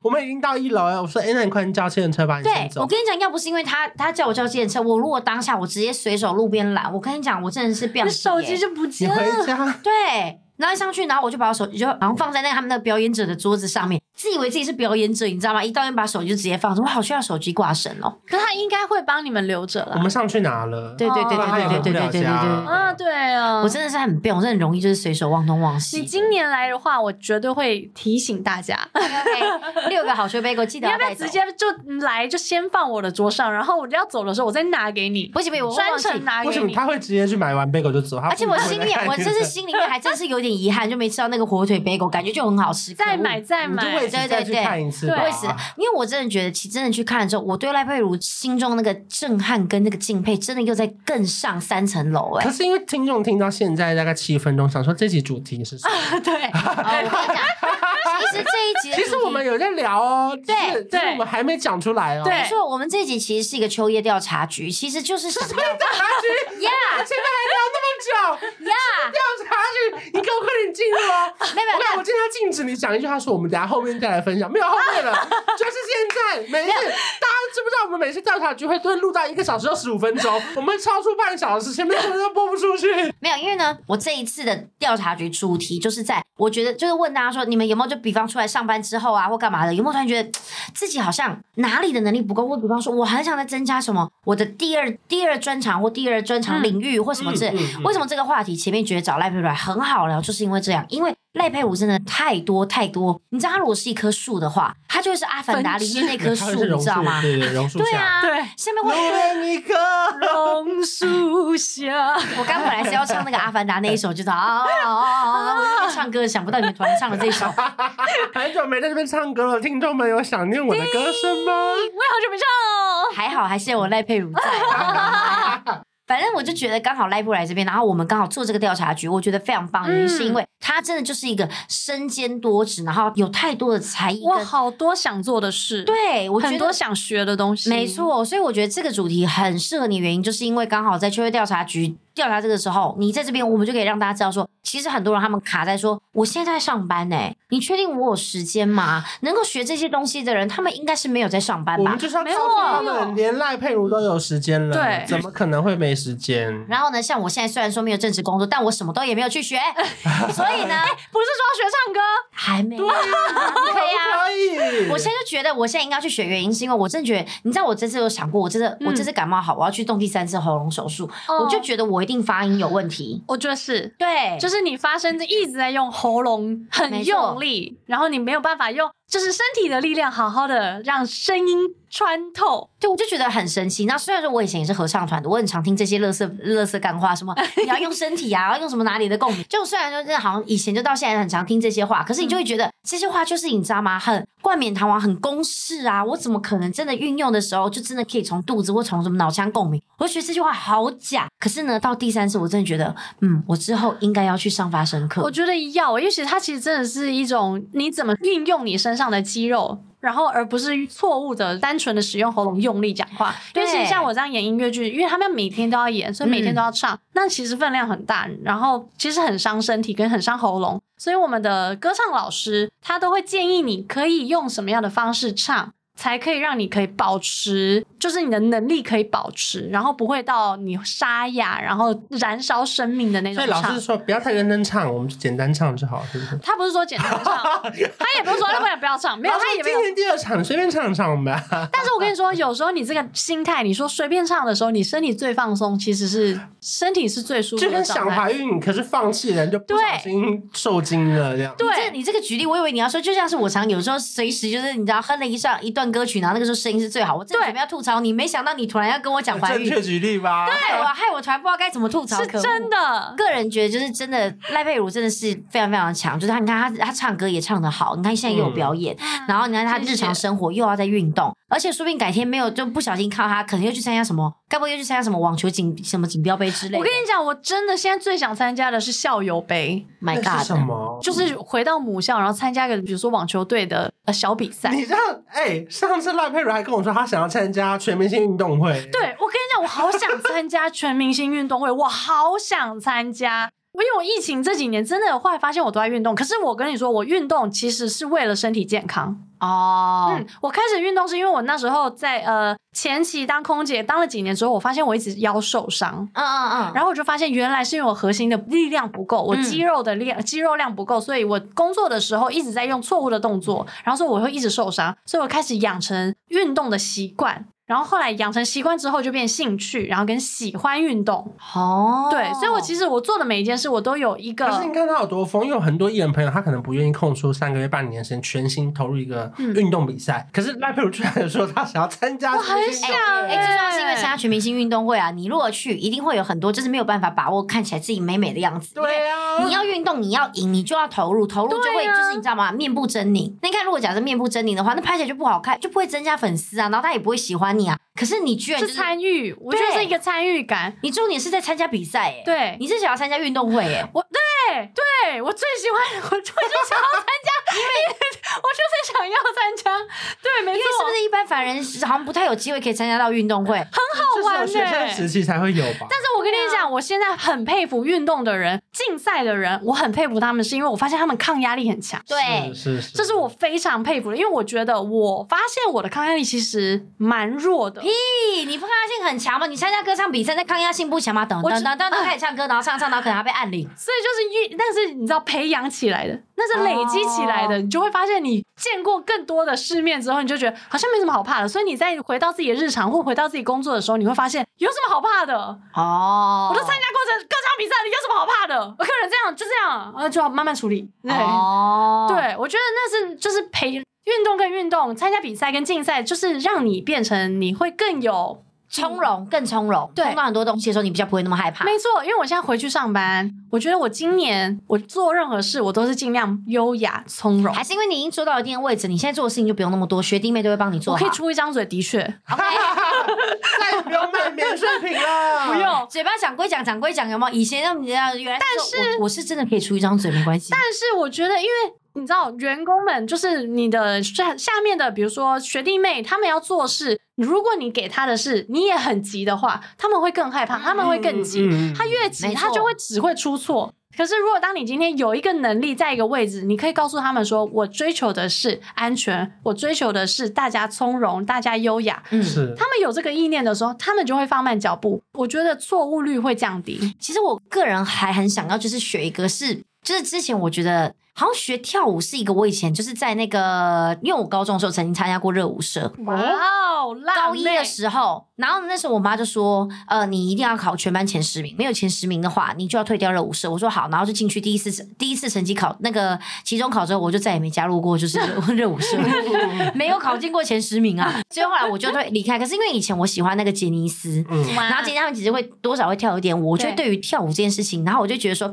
Speaker 3: 我们已经到一楼了。我说：“哎，那你快点叫计程车把你
Speaker 2: 对
Speaker 3: 送，
Speaker 2: 我
Speaker 3: 走。
Speaker 2: 跟你讲，要不是因为他他叫我叫计程车，我如果当下我直接随手路边拦，我跟你讲，我真的是不想
Speaker 1: 那手机就不”
Speaker 3: 你
Speaker 1: 见了。
Speaker 3: 回家，
Speaker 2: 对，然后一上去，然后我就把我手机就好像放在那个他们那个表演者的桌子上面，自以为自己是表演者，你知道吗？一到那边把手机就直接放着，我好需要手机挂绳哦。
Speaker 1: 可他应该会帮你们留着
Speaker 3: 我
Speaker 1: 啦。
Speaker 3: 们上去拿了。
Speaker 2: 对对对
Speaker 3: 不
Speaker 2: 对
Speaker 3: 哦然他也
Speaker 2: 对
Speaker 3: 回
Speaker 2: 对
Speaker 3: 不
Speaker 2: 对
Speaker 3: 了
Speaker 2: 对对对
Speaker 3: 家。
Speaker 2: 对。
Speaker 1: 啊，对啊，
Speaker 2: 我真的是很笨，我真的很容易就是随手忘东忘西。
Speaker 1: 你 今年来的话，我绝对会提醒大家，
Speaker 2: OK，六个好学杯，给我记
Speaker 1: 你
Speaker 2: 得
Speaker 1: 要不
Speaker 2: 带
Speaker 1: 要
Speaker 2: 走
Speaker 1: 直？接就嗯来就先放我的桌上，然后我要走的时候我再拿给你，
Speaker 2: 不行不行，我会
Speaker 1: 专
Speaker 2: 忘记。
Speaker 1: 程拿
Speaker 3: 为
Speaker 1: 给
Speaker 3: 什么
Speaker 1: 你。
Speaker 3: 他会直接去买完 bagel 就走？他不
Speaker 2: 而且我
Speaker 3: 会
Speaker 2: 心
Speaker 3: 来
Speaker 2: 里，
Speaker 3: 看
Speaker 2: 我
Speaker 3: 你
Speaker 2: 真是心里面还真是有点遗憾，就没吃到那个火腿 bagel，感觉就很好吃。
Speaker 1: 再
Speaker 2: 可恶
Speaker 1: 买再
Speaker 3: 你就
Speaker 1: 买
Speaker 3: 为，此再去
Speaker 2: 对对对
Speaker 3: 看一次吧。
Speaker 1: 对
Speaker 2: 为此，因为我真的觉得，其实真的去看了之后，我对赖佩如心中那个震撼跟那个敬佩，真的又在更上三层楼 哎、
Speaker 3: 可是因为听众听到现在大概七分钟，想说这集主题是什么？
Speaker 1: 对，
Speaker 2: 哦我跟你讲， 其实这一集的
Speaker 3: 其实
Speaker 2: 主题
Speaker 3: 我们有在聊哦，只是
Speaker 1: 对
Speaker 3: 只是
Speaker 1: 对
Speaker 3: 我们还没讲出来哦。
Speaker 1: 对
Speaker 2: 没错，我们这一集其实是一个秋叶调查局，其实就是想要
Speaker 3: 调查局，
Speaker 2: 呀
Speaker 3: 我前面还聊那么久，
Speaker 2: 呀，
Speaker 3: 调查局，你给我快点进入哦！
Speaker 2: 没有没有
Speaker 3: 我看我今天要禁止你讲一句，他说我们等下后面再来分享，没有后面 了，就是现在。每次大家知不知道我们每次调查局会都会录到一个小时又十五分钟，我们超出半小时，前面根本就播不出去。
Speaker 2: 没有，因为呢，我这一次的调查局主题就是在，我觉得就是问大家说，你们有没有就比方出来上班之后啊，或干嘛的，有没有突然觉得嘖自己好像哪里的能力不够，或比方说我很想再增加什么我的第二第二专长或第二专长领域、或什么之类。
Speaker 3: 嗯嗯嗯
Speaker 2: 为什么这个话题前面觉得找赖佩如来很好聊，就是因为这样，因为赖佩如真的太多太多，你知道他如果是一棵树的话，他就会是阿凡达里面那棵
Speaker 3: 它
Speaker 2: 树，
Speaker 3: 会是
Speaker 2: 你
Speaker 3: 榕
Speaker 2: 知道吗？
Speaker 3: 对 对，榕树
Speaker 2: 对
Speaker 3: 下。
Speaker 2: 啊，
Speaker 1: 对
Speaker 2: 下面会一堆
Speaker 3: 有你哥，
Speaker 1: 榕树下，
Speaker 2: 我刚本来是要唱那个《阿凡达》那一首，就是啊啊啊啊！我在那边唱歌，想不到你们突然唱了这一首。
Speaker 3: 很久哎没在这边唱歌了，听众们有想念我的歌声吗？
Speaker 1: 我也好久没唱哦。
Speaker 2: 还好还是有我赖佩如在。反正我就觉得刚好赖佩如来这边，然后我们刚好做这个调查局，我觉得非常棒，原因是因为他真的就是一个身兼多职，然后有太多的才艺
Speaker 1: 我
Speaker 2: 跟。
Speaker 1: 好多想做的事，，
Speaker 2: 对，我觉
Speaker 1: 很
Speaker 2: 得
Speaker 1: 多想学的东西，
Speaker 2: 没。错，所以我觉得这个主题很适合你，原因就是因为刚好在秋月调查局调查这个时候，你在这边，我们就可以让大家知道说，其实很多人他们卡在说，我现在在上班呢、你确定我有时间吗？能够学这些东西的人，他们应该是没有啊在上班
Speaker 3: 我
Speaker 2: 吧
Speaker 3: 们？就是要告
Speaker 1: 没有
Speaker 3: 诉他
Speaker 2: 啊
Speaker 1: 没有
Speaker 3: 们，连赖佩如都有时间了，
Speaker 1: 对
Speaker 3: 怎么可能会没时间？
Speaker 2: 然后呢，像我现在虽然说没有正职工作，但我什么都也没有去 学，所以呢，
Speaker 1: 不是说要学唱歌，
Speaker 2: 还没对
Speaker 1: 啊
Speaker 2: 呀。
Speaker 3: 可以，啊
Speaker 2: 我现在就觉得，我现在应该去学，原因是因为我真的觉得，你知道，我这次有想过，我真的，我
Speaker 3: 嗯
Speaker 2: 这次感冒好，我要去动第三次喉咙手术，
Speaker 3: 哦
Speaker 2: 我就觉得我一定发音有问题。
Speaker 1: 我觉得是，
Speaker 2: 对，
Speaker 1: 就是你发声一直在用喉咙
Speaker 2: 没
Speaker 1: 很
Speaker 2: 错
Speaker 1: 用力，然后你没有办法用就是身体的力量好好的让声音穿透。
Speaker 2: 对，我就觉得很神奇。那虽然说我以前也是合唱团的，我很常听这些乐色乐色干 话，什么你要用身体啊，要用什么哪里的共鸣。就虽然说真的好像以前就到现在很常听这些话，可是你
Speaker 1: 嗯
Speaker 2: 就会觉得、这些话就是你知道吗？很冠冕堂皇，很公式啊。我怎么可能真的运用的时候就真的可以从肚子或从什么脑腔共鸣？我就觉得这句话好假。可是呢，到第三次我真的觉得，嗯，我之后应该要去上发声课。
Speaker 1: 我觉得要，因为其实它其实真的是一种你怎么运用你身上的肌肉。然后，而不是错误的、单纯的使用喉咙用力讲话。因为其
Speaker 2: 对
Speaker 1: 实像我这样演音乐剧，因为他们每天都要演，所以每天
Speaker 2: 嗯
Speaker 1: 都要唱，那其实分量很大，然后其实很伤身体跟很伤喉咙。所以我们的歌唱老师他都会建议你可以用什么样的方式唱，才可以让你可以保持，就是你的能力可以保持，然后不会到你沙哑，然后燃烧生命的那种
Speaker 3: 所以
Speaker 1: 唱。
Speaker 3: 老师说不要太认真唱，我们就简单唱就好，是不是？
Speaker 1: 他不是说简单 唱，他也不是说不然不要唱，没有，
Speaker 3: 老师
Speaker 1: 他也没有
Speaker 3: 今。天第二场随便唱 唱吧。
Speaker 1: 但是我跟你说，有时候你这个心态，你说随便唱的时候，你身体最放松，其实 是身体是最舒服
Speaker 3: 就
Speaker 1: 的
Speaker 3: 跟想
Speaker 1: 状态。
Speaker 3: 怀孕，可是放弃的人就不小心受精了这样。
Speaker 1: 对
Speaker 2: 你这你这个举例，我以为你要说，就像是我常有时候随时就是你知道哼了一上一段段歌曲，然后那个时候声音是最好。我正准备要吐槽你，没想到你突然要跟我讲怀
Speaker 3: 正
Speaker 2: 孕，
Speaker 3: 确啊举例吧。哎
Speaker 2: 对，我害我突然不知道该怎么吐槽。
Speaker 1: 是
Speaker 2: 可恶
Speaker 1: 真的。
Speaker 2: 个人觉得就是真的，赖佩如真的是非常非常强。就是她，你看她她唱歌也唱得好，你看现在也
Speaker 3: 嗯
Speaker 2: 有表演，
Speaker 1: 嗯
Speaker 2: 然后你看她日常生活又要在运动，而且说不定改天没有就不小心看到她，可能又去参加什么，该不会又去参加什么网球锦什么锦标杯之类的？
Speaker 1: 我跟你讲，我真的现在最想参加的是校友杯，
Speaker 2: ，My
Speaker 3: 那是
Speaker 2: God，
Speaker 3: 什么？
Speaker 1: 就是回到母校，然后参加个比如说网球队的呃小比赛。
Speaker 3: 你知道？哎、上次赖佩如还跟我说，她想要参加全明星运动会。
Speaker 1: 对，我跟你讲，我好想参加全明星运动会，我好想参加。因为我疫情这几年真的，我后来发现我都在运动。可是我跟你说，我运动其实是为了身体健康。
Speaker 2: 哦
Speaker 1: 嗯，我开始运动是因为我那时候在呃前期当空姐当了几年之后，我发现我一直腰受伤。
Speaker 2: 嗯嗯嗯，
Speaker 1: 然后我就发现，原来是因为我核心的力量不够，我
Speaker 2: 嗯
Speaker 1: 肌肉的力、肌肉量不够，所以我工作的时候一直在用错误的动作，然后所以我会一直受伤，所以我开始养成运动的习惯。然后后来养成习惯之后，就变兴趣，然后跟喜欢运动。
Speaker 2: 哦，
Speaker 1: 对，所以我其实我做的每一件事，我都有一个
Speaker 3: 可是你看她有多疯，因为有很多艺人朋友，他可能不愿意空出三个月、半年时间，全心投入一个运动比赛。可是赖佩如居然说她想要参加，
Speaker 1: 嗯我很想
Speaker 2: 哎、最重要是因为
Speaker 1: 欸
Speaker 2: 参加全明星运动会啊，你如果去，一定会有很多就是没有办法把握看起来自己美美的样子。
Speaker 3: 对啊，
Speaker 2: 你要运动，你要赢，你就要投入，投入就会、
Speaker 1: 对啊
Speaker 2: 就是你知道吗？面部狰狞。那你看，如果假设面部狰狞的话，那拍起来就不好看，就不会增加粉丝啊，然后他也不会喜欢你啊。可是你居然就是是，
Speaker 1: 参与，我觉得
Speaker 2: 对
Speaker 1: 是一个参与感。
Speaker 2: 你重点是在参加比赛、欸，，
Speaker 1: 对，
Speaker 2: 你是想要参加运动会、欸，哎，
Speaker 1: 我对对，我最喜欢，我就我就想要参 加， 我就是想要参加。对，没
Speaker 2: 因为
Speaker 1: 错，
Speaker 2: 是不是一般凡人好像不太有机会可以参加到运动会？
Speaker 3: 这
Speaker 1: 好玩
Speaker 3: 是有学生
Speaker 1: 欸
Speaker 3: 时期啊才会有吧？
Speaker 1: 但是我跟你讲，我现在很佩服运动的人、竞赛的人，我很佩服他们，是因为我发现他们抗压力很强。
Speaker 2: 对，
Speaker 3: 是是，
Speaker 1: 这是我非常佩服的，因为我觉得我发现我的抗压力其实蛮弱的。
Speaker 2: 咦，你不抗压性很强吗？你参加歌唱比赛，那抗压性不强吗？等
Speaker 1: 我
Speaker 2: 等
Speaker 1: 知
Speaker 2: 等等，开始唱歌，然后唱唱，然后可能还被按铃。
Speaker 1: 所以就是运，但是你知道培养起来的，那是累积起来的，
Speaker 2: 哦
Speaker 1: 你就会发现你见过更多的世面之后，你就觉得好像没什么好怕的。所以你在回到自己的日常或回到自己工作的时候，你会发现有什么好怕的？
Speaker 2: 哦，
Speaker 1: 我都参加过这歌唱比赛了，有什么好怕的？我可能这样就这样，呃，就要慢慢处理。对。
Speaker 2: 哦，，
Speaker 1: 对，我觉得那是就是培运动跟运动，参加比赛跟竞赛，就是让你变成你会更有。
Speaker 2: 从容更从容，
Speaker 1: 对
Speaker 2: 碰到很多东西的时候，你比较不会那么害怕。
Speaker 1: 没错，因为我现在回去上班，我觉得我今年我做任何事，我都是尽量优雅从容
Speaker 2: 还。是因为你已经做到一定的位置，你现在做的事情就不用那么多，学弟妹都会帮你做
Speaker 1: 我
Speaker 2: 好。
Speaker 1: 可以出一张嘴，的确
Speaker 3: 再也不用卖免税品了，
Speaker 1: 不用。
Speaker 2: 哦嘴巴讲归讲，讲归讲，有没有？以前让你这样，原来但是我我是真的可以出一张嘴，没关系。
Speaker 1: 但是我觉得，因为你知道，员工们就是你的下下面的，比如说学弟妹，他们要做事，如果你给他的事，你也很急的话，他们会更害怕，他们会更急。
Speaker 3: 嗯
Speaker 1: 他越急，
Speaker 2: 没错
Speaker 1: 他就会只会出错。可是，如果当你今天有一个能力，在一个位置，你可以告诉他们说：“我追求的是安全，我追求的是大家从容，大家优雅。
Speaker 2: 嗯，
Speaker 3: 是”
Speaker 1: 他们有这个意念的时候，他们就会放慢脚步。我觉得错误率会降低。
Speaker 2: 其实我个人还很想要，就是学一个是，就是之前我觉得好像学跳舞是一个，我以前就是在那个，因为我高中的时候曾经参加过热舞社，
Speaker 1: 哇哦，
Speaker 2: 高
Speaker 1: 高
Speaker 2: 一的时候，然后那时候我妈就说，呃，你一定要考全班前十名，没有前十名的话，你就要退掉热舞社。我说好，然后就进去第一次第一次成绩考那个期中考之后，我就再也没加入过就是 热热舞社，没有考进过前十名啊。所以后来我就会离开。可是因为以前我喜欢那个杰尼斯，
Speaker 3: 嗯，
Speaker 2: 然后今天他们其实会多少会跳一点舞，我觉得
Speaker 1: 对
Speaker 2: 对于跳舞这件事情，然后我就觉得说，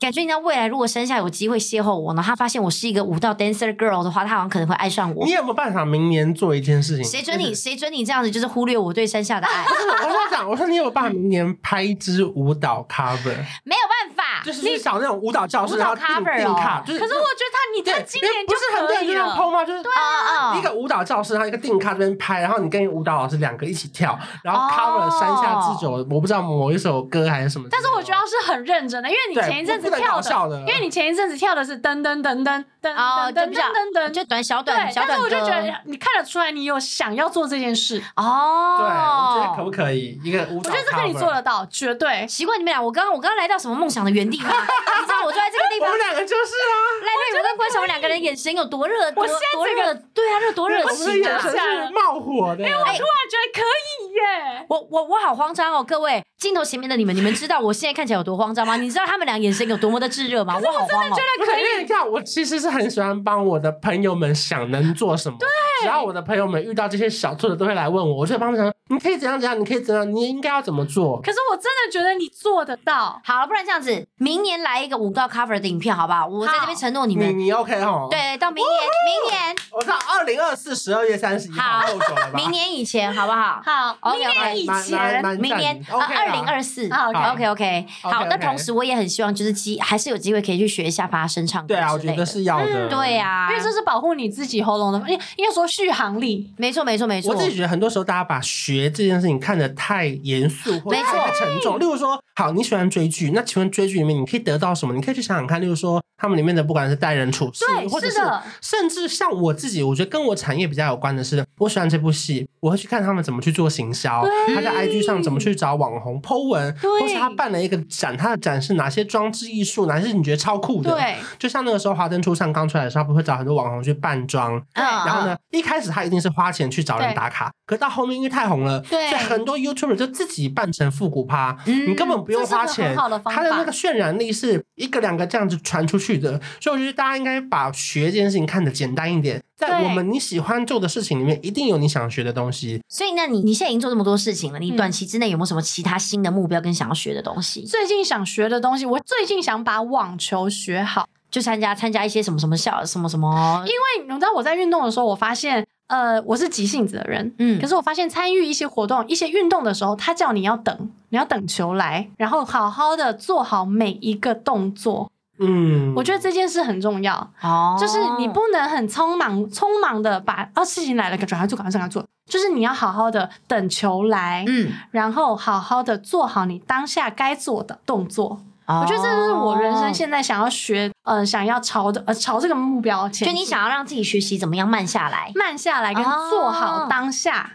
Speaker 2: 感觉人家未来如果生下有机会邂逅我，然后他发现我是一个舞蹈 dancer girl 的话，他好像可能会爱上我
Speaker 3: 你。有没有办法明年做一件事 情？
Speaker 2: 谁准你？谁准你这样子？就是忽略我对山下的爱，
Speaker 3: 我说讲，我说你有没有办法明年拍一支舞蹈 cover，
Speaker 2: 没有办法。
Speaker 3: 就是去找那种舞蹈教室，
Speaker 2: 舞蹈
Speaker 3: 然后订
Speaker 2: cover
Speaker 3: 订
Speaker 2: 哦
Speaker 3: 卡，啊就是
Speaker 1: 可是我觉得他，你
Speaker 3: 对，
Speaker 1: 他今年
Speaker 3: 因为
Speaker 1: 就
Speaker 3: 不是很多
Speaker 1: 可
Speaker 3: 人就
Speaker 1: 以
Speaker 3: 这样
Speaker 1: 了。
Speaker 3: 抛吗？就是对
Speaker 2: 啊啊
Speaker 3: 一个舞蹈教室，然后一个定咖这边拍，然后你跟舞蹈老师两个一起跳，然后 cover
Speaker 2: 哦
Speaker 3: 山下智久，我不知道某一首歌还是什么。
Speaker 1: 但是我觉得是很认真的，因为你
Speaker 3: 对
Speaker 1: 前一阵子
Speaker 3: 不能
Speaker 1: 跳
Speaker 3: 搞笑的
Speaker 1: 的，因为你前一阵子跳的是噔噔噔噔噔
Speaker 2: 哦
Speaker 1: 噔噔
Speaker 2: 对
Speaker 1: 噔
Speaker 2: 比较
Speaker 1: 噔噔，
Speaker 2: 就短小短
Speaker 1: 对，
Speaker 2: 小
Speaker 1: 但
Speaker 2: 短
Speaker 1: 是
Speaker 2: 歌，
Speaker 1: 我就觉得你看得出来，你有想要做这件事，
Speaker 2: 哦，
Speaker 3: 对，我觉得可不可以一个舞
Speaker 1: 我
Speaker 3: 蹈？
Speaker 1: 觉得这个你做得。到，绝对。
Speaker 2: 奇怪，你们俩，我刚刚我刚刚来到什么梦想的原地吗？你知道我坐在这个地
Speaker 3: 我
Speaker 2: 方，
Speaker 3: 们两个就是啊，
Speaker 2: 赖佩如跟关晓雯两个人眼神有多热，多
Speaker 1: 我现在
Speaker 2: 多
Speaker 1: 这个
Speaker 2: 热，对啊，热多热
Speaker 3: 我们的
Speaker 2: 情
Speaker 3: 眼
Speaker 2: 啊！
Speaker 3: 神是冒火的。哎
Speaker 1: 突然觉得可以耶，
Speaker 2: 我我我好慌张哦，各位，镜头前面的你们，你们知道我现在看起来有多慌张吗？你知道他们俩眼神有多么的炙热吗？我好慌哦！
Speaker 3: 我想跟你讲，我其实是很喜欢帮我的朋友们想能做什么。对，只要我的朋友们遇到这些小挫折，都会来问我，我就会帮他们想，你可以怎样怎样，你可以怎样，你应该要怎么做。
Speaker 1: 可是我真的觉得你做得到，
Speaker 2: 好了，不然这样子，明年来一个五道 cover 的影片，好不好？我在这边承诺你
Speaker 3: 你
Speaker 2: 们，
Speaker 1: 嗯
Speaker 3: 你 OK 哈？，
Speaker 2: 对，到明年，明年，
Speaker 3: 我到二零二四十二月三十一号
Speaker 2: 好
Speaker 3: 够久了吧？
Speaker 2: 明年以前，好不好？
Speaker 1: 好，
Speaker 2: OK，
Speaker 1: 明
Speaker 2: OK，
Speaker 1: 年以
Speaker 3: 蛮蛮
Speaker 1: 前，
Speaker 3: 蛮
Speaker 2: 明年
Speaker 3: 赞
Speaker 2: 呃
Speaker 3: 的
Speaker 2: 二零
Speaker 3: OK 啦
Speaker 2: 二四
Speaker 1: 啊
Speaker 3: ，OK
Speaker 2: ，OK OK，好。
Speaker 3: OK，OK
Speaker 2: 那同时我也很希望就是机还是有机会可以去学一下发声唱歌，
Speaker 3: 对啊，我觉得，是要的。
Speaker 2: 对。啊，
Speaker 1: 因为这是保护你自己喉咙的，应应该说续航力。
Speaker 2: 没错没错没错
Speaker 3: 我自，己觉得很多时候大家把学这件事情看得太严肃或者
Speaker 2: 没错
Speaker 3: 太沉重。
Speaker 1: 嗯
Speaker 3: 例如说，好，你喜欢追剧，那请问追剧里面你可以得到什么？你可以去想想看，例如说他们里面的不管是待人处事，
Speaker 1: 对
Speaker 3: 或者
Speaker 1: 是的
Speaker 3: 甚至像我自己，我觉得跟我产业比较有关的是，我喜欢这部戏，我会去看他们怎么去做行销，他在 IG 上怎么去找网红 po 文，
Speaker 1: 对
Speaker 3: 或是他办了一个展，他的展示哪些装置艺术，哪些你觉得超酷的。
Speaker 1: 对，
Speaker 3: 就像那个时候《华灯初上》刚出来的时候，他不会找很多网红去扮装，
Speaker 2: 嗯
Speaker 3: 然后呢，一开始他一定是花钱去找人
Speaker 1: 啊对
Speaker 3: 打卡，可到后面因为太红了，
Speaker 1: 对
Speaker 3: 所以很多 YouTuber 就自己扮成复古趴，
Speaker 2: 嗯
Speaker 3: 你根本不用花
Speaker 1: 这是个
Speaker 3: 钱
Speaker 1: 很好的，方法
Speaker 3: 他的那个渲染力是一个两个这样子传出去的，所以我觉得大家应该把学这件事情看得简单一点，在
Speaker 1: 对
Speaker 3: 我们你喜欢做的事情里面，一定有你想学的东西。
Speaker 2: 所以那你你现在已经做这么多事情了，你
Speaker 1: 嗯
Speaker 2: 短期之内有没有什么其他新的目标跟想要学的东西？
Speaker 1: 最近想学的东西，我最近想把网球学好，
Speaker 2: 就参加参加一些什么什么校什么什么
Speaker 1: 因，为你知道我在运动的时候，我发现，呃，我是急性子的人，
Speaker 2: 嗯
Speaker 1: 可是我发现参与一些活动、一些运动的时候，他叫你要等，你要等球来，然后好好的做好每一个动作，
Speaker 3: 嗯，
Speaker 1: 我觉得这件事很重要。
Speaker 2: 哦
Speaker 1: 就是你不能很匆忙、匆忙的把啊事情来了，赶快做，赶快做，赶快做。就是你要好好的等球来，
Speaker 2: 嗯，
Speaker 1: 然后好好的做好你当下该做的动作。
Speaker 2: 我
Speaker 1: 我觉得这就是我人
Speaker 2: 哦
Speaker 1: 生现在想要学，呃，想要朝的呃朝这个目标前
Speaker 2: 就
Speaker 1: 进。
Speaker 2: 你想要让自己学习怎么样慢下来
Speaker 1: 慢下来，跟
Speaker 2: 哦
Speaker 1: 做好当下。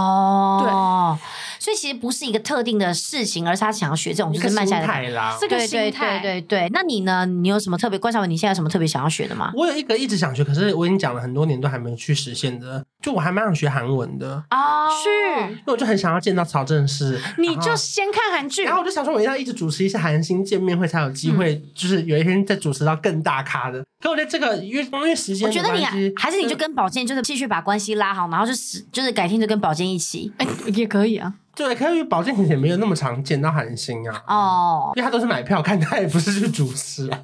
Speaker 2: 哦，对，所以其实不是一个特定的事情，而是他想要学这种
Speaker 3: 一
Speaker 2: 就
Speaker 3: 个
Speaker 2: 是慢
Speaker 3: 心
Speaker 2: 下来
Speaker 3: 态
Speaker 2: 的。
Speaker 3: 啦。
Speaker 1: 这个
Speaker 2: 啊对
Speaker 1: 心
Speaker 2: 对
Speaker 1: 态
Speaker 2: 对对对，那你呢？你有什么特别？关少文，你现在有什么特别想要学的吗？
Speaker 3: 我有一个一直想学，可是我已经讲了很多年都还没去实现的，就我还蛮想学韩文的，
Speaker 2: 哦，
Speaker 1: 是，
Speaker 3: 因为我就很想要见到曹正奭，
Speaker 1: 你
Speaker 3: 然后
Speaker 1: 就先看韩剧
Speaker 3: 啊然，后我就想说，我一定要一直主持一些韩星见面会，才有机
Speaker 1: 嗯
Speaker 3: 会，就是有一天再主持到更大咖的。可我觉得这个因为因为时间
Speaker 2: 我
Speaker 3: 的
Speaker 2: 觉得
Speaker 3: 关
Speaker 2: 你
Speaker 3: 系，
Speaker 2: 啊还是你就跟宝健就是继续把关系拉好，然后就是就是改天就跟宝健一起
Speaker 1: 哎，也可以啊。
Speaker 3: 对，可是保健其实也没有那么常见到韩星啊，
Speaker 2: 哦，
Speaker 3: 因为他都是买票看，他也不是去主持啊。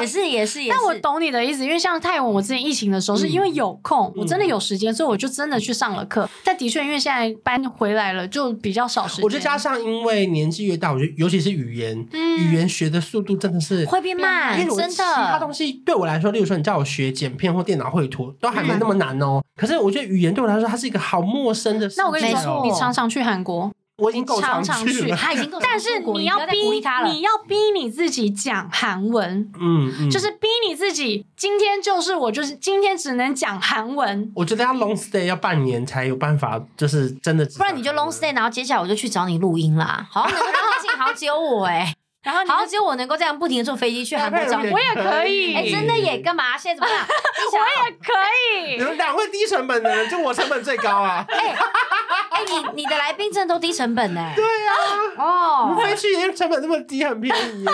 Speaker 2: 也是也是也是。
Speaker 1: 但我懂你的意思，因为像泰文，我之前疫情的时候是因为
Speaker 3: 嗯
Speaker 1: 有空，我真的有时间，所以我就真的去上了课。但的确，因为现在搬回来了，就比较少时间。
Speaker 3: 我觉得加上因为年纪越大，我觉得尤其是语言，
Speaker 1: 嗯
Speaker 3: 语言学的速度真的是。
Speaker 2: 会变慢，
Speaker 3: 因为我
Speaker 2: 真
Speaker 3: 其他
Speaker 2: 的
Speaker 3: 东西对我来说，例如说你叫我学剪片或电脑绘图，都还
Speaker 1: 嗯
Speaker 3: 没那么难哦。可是我觉得语言对我来说，它是一个好陌生的世界
Speaker 1: 那
Speaker 3: 哦。
Speaker 1: 我跟你
Speaker 2: 没错
Speaker 1: 说，你常常去韩国，
Speaker 3: 我已经够
Speaker 1: 常常
Speaker 3: 去
Speaker 1: 去
Speaker 3: 了。
Speaker 2: 他已经够
Speaker 1: 但是
Speaker 2: 出国
Speaker 1: 你
Speaker 2: 不
Speaker 1: 要
Speaker 2: 再
Speaker 1: 逼
Speaker 2: 鼓励他了，
Speaker 1: 你要逼你自己讲韩文，
Speaker 3: 嗯嗯，
Speaker 1: 就是逼你自己。今天就是我，就是今天只能讲韩文。
Speaker 3: 我觉得要 long stay 要半年才有办法，就是真的知
Speaker 2: 不
Speaker 3: 道。
Speaker 2: 然你就 long stay，然后接下来我就去找你录音啦。好像能够这件事情，好像只有我哎、
Speaker 1: 然后你
Speaker 2: 好像只有我能够这样不停的坐飞机去
Speaker 3: 哎
Speaker 2: 韩国找你
Speaker 1: 我。也可以
Speaker 2: 哎、真的耶，干嘛？现在怎么样？ 你想要
Speaker 1: 也可以
Speaker 3: 你，们两位低成本的人，就我成本最高啊！
Speaker 2: 哎、你 你的来宾真的都低成本哎、对啊， 哦，
Speaker 3: 飞去也成本这么低，很便宜 耶。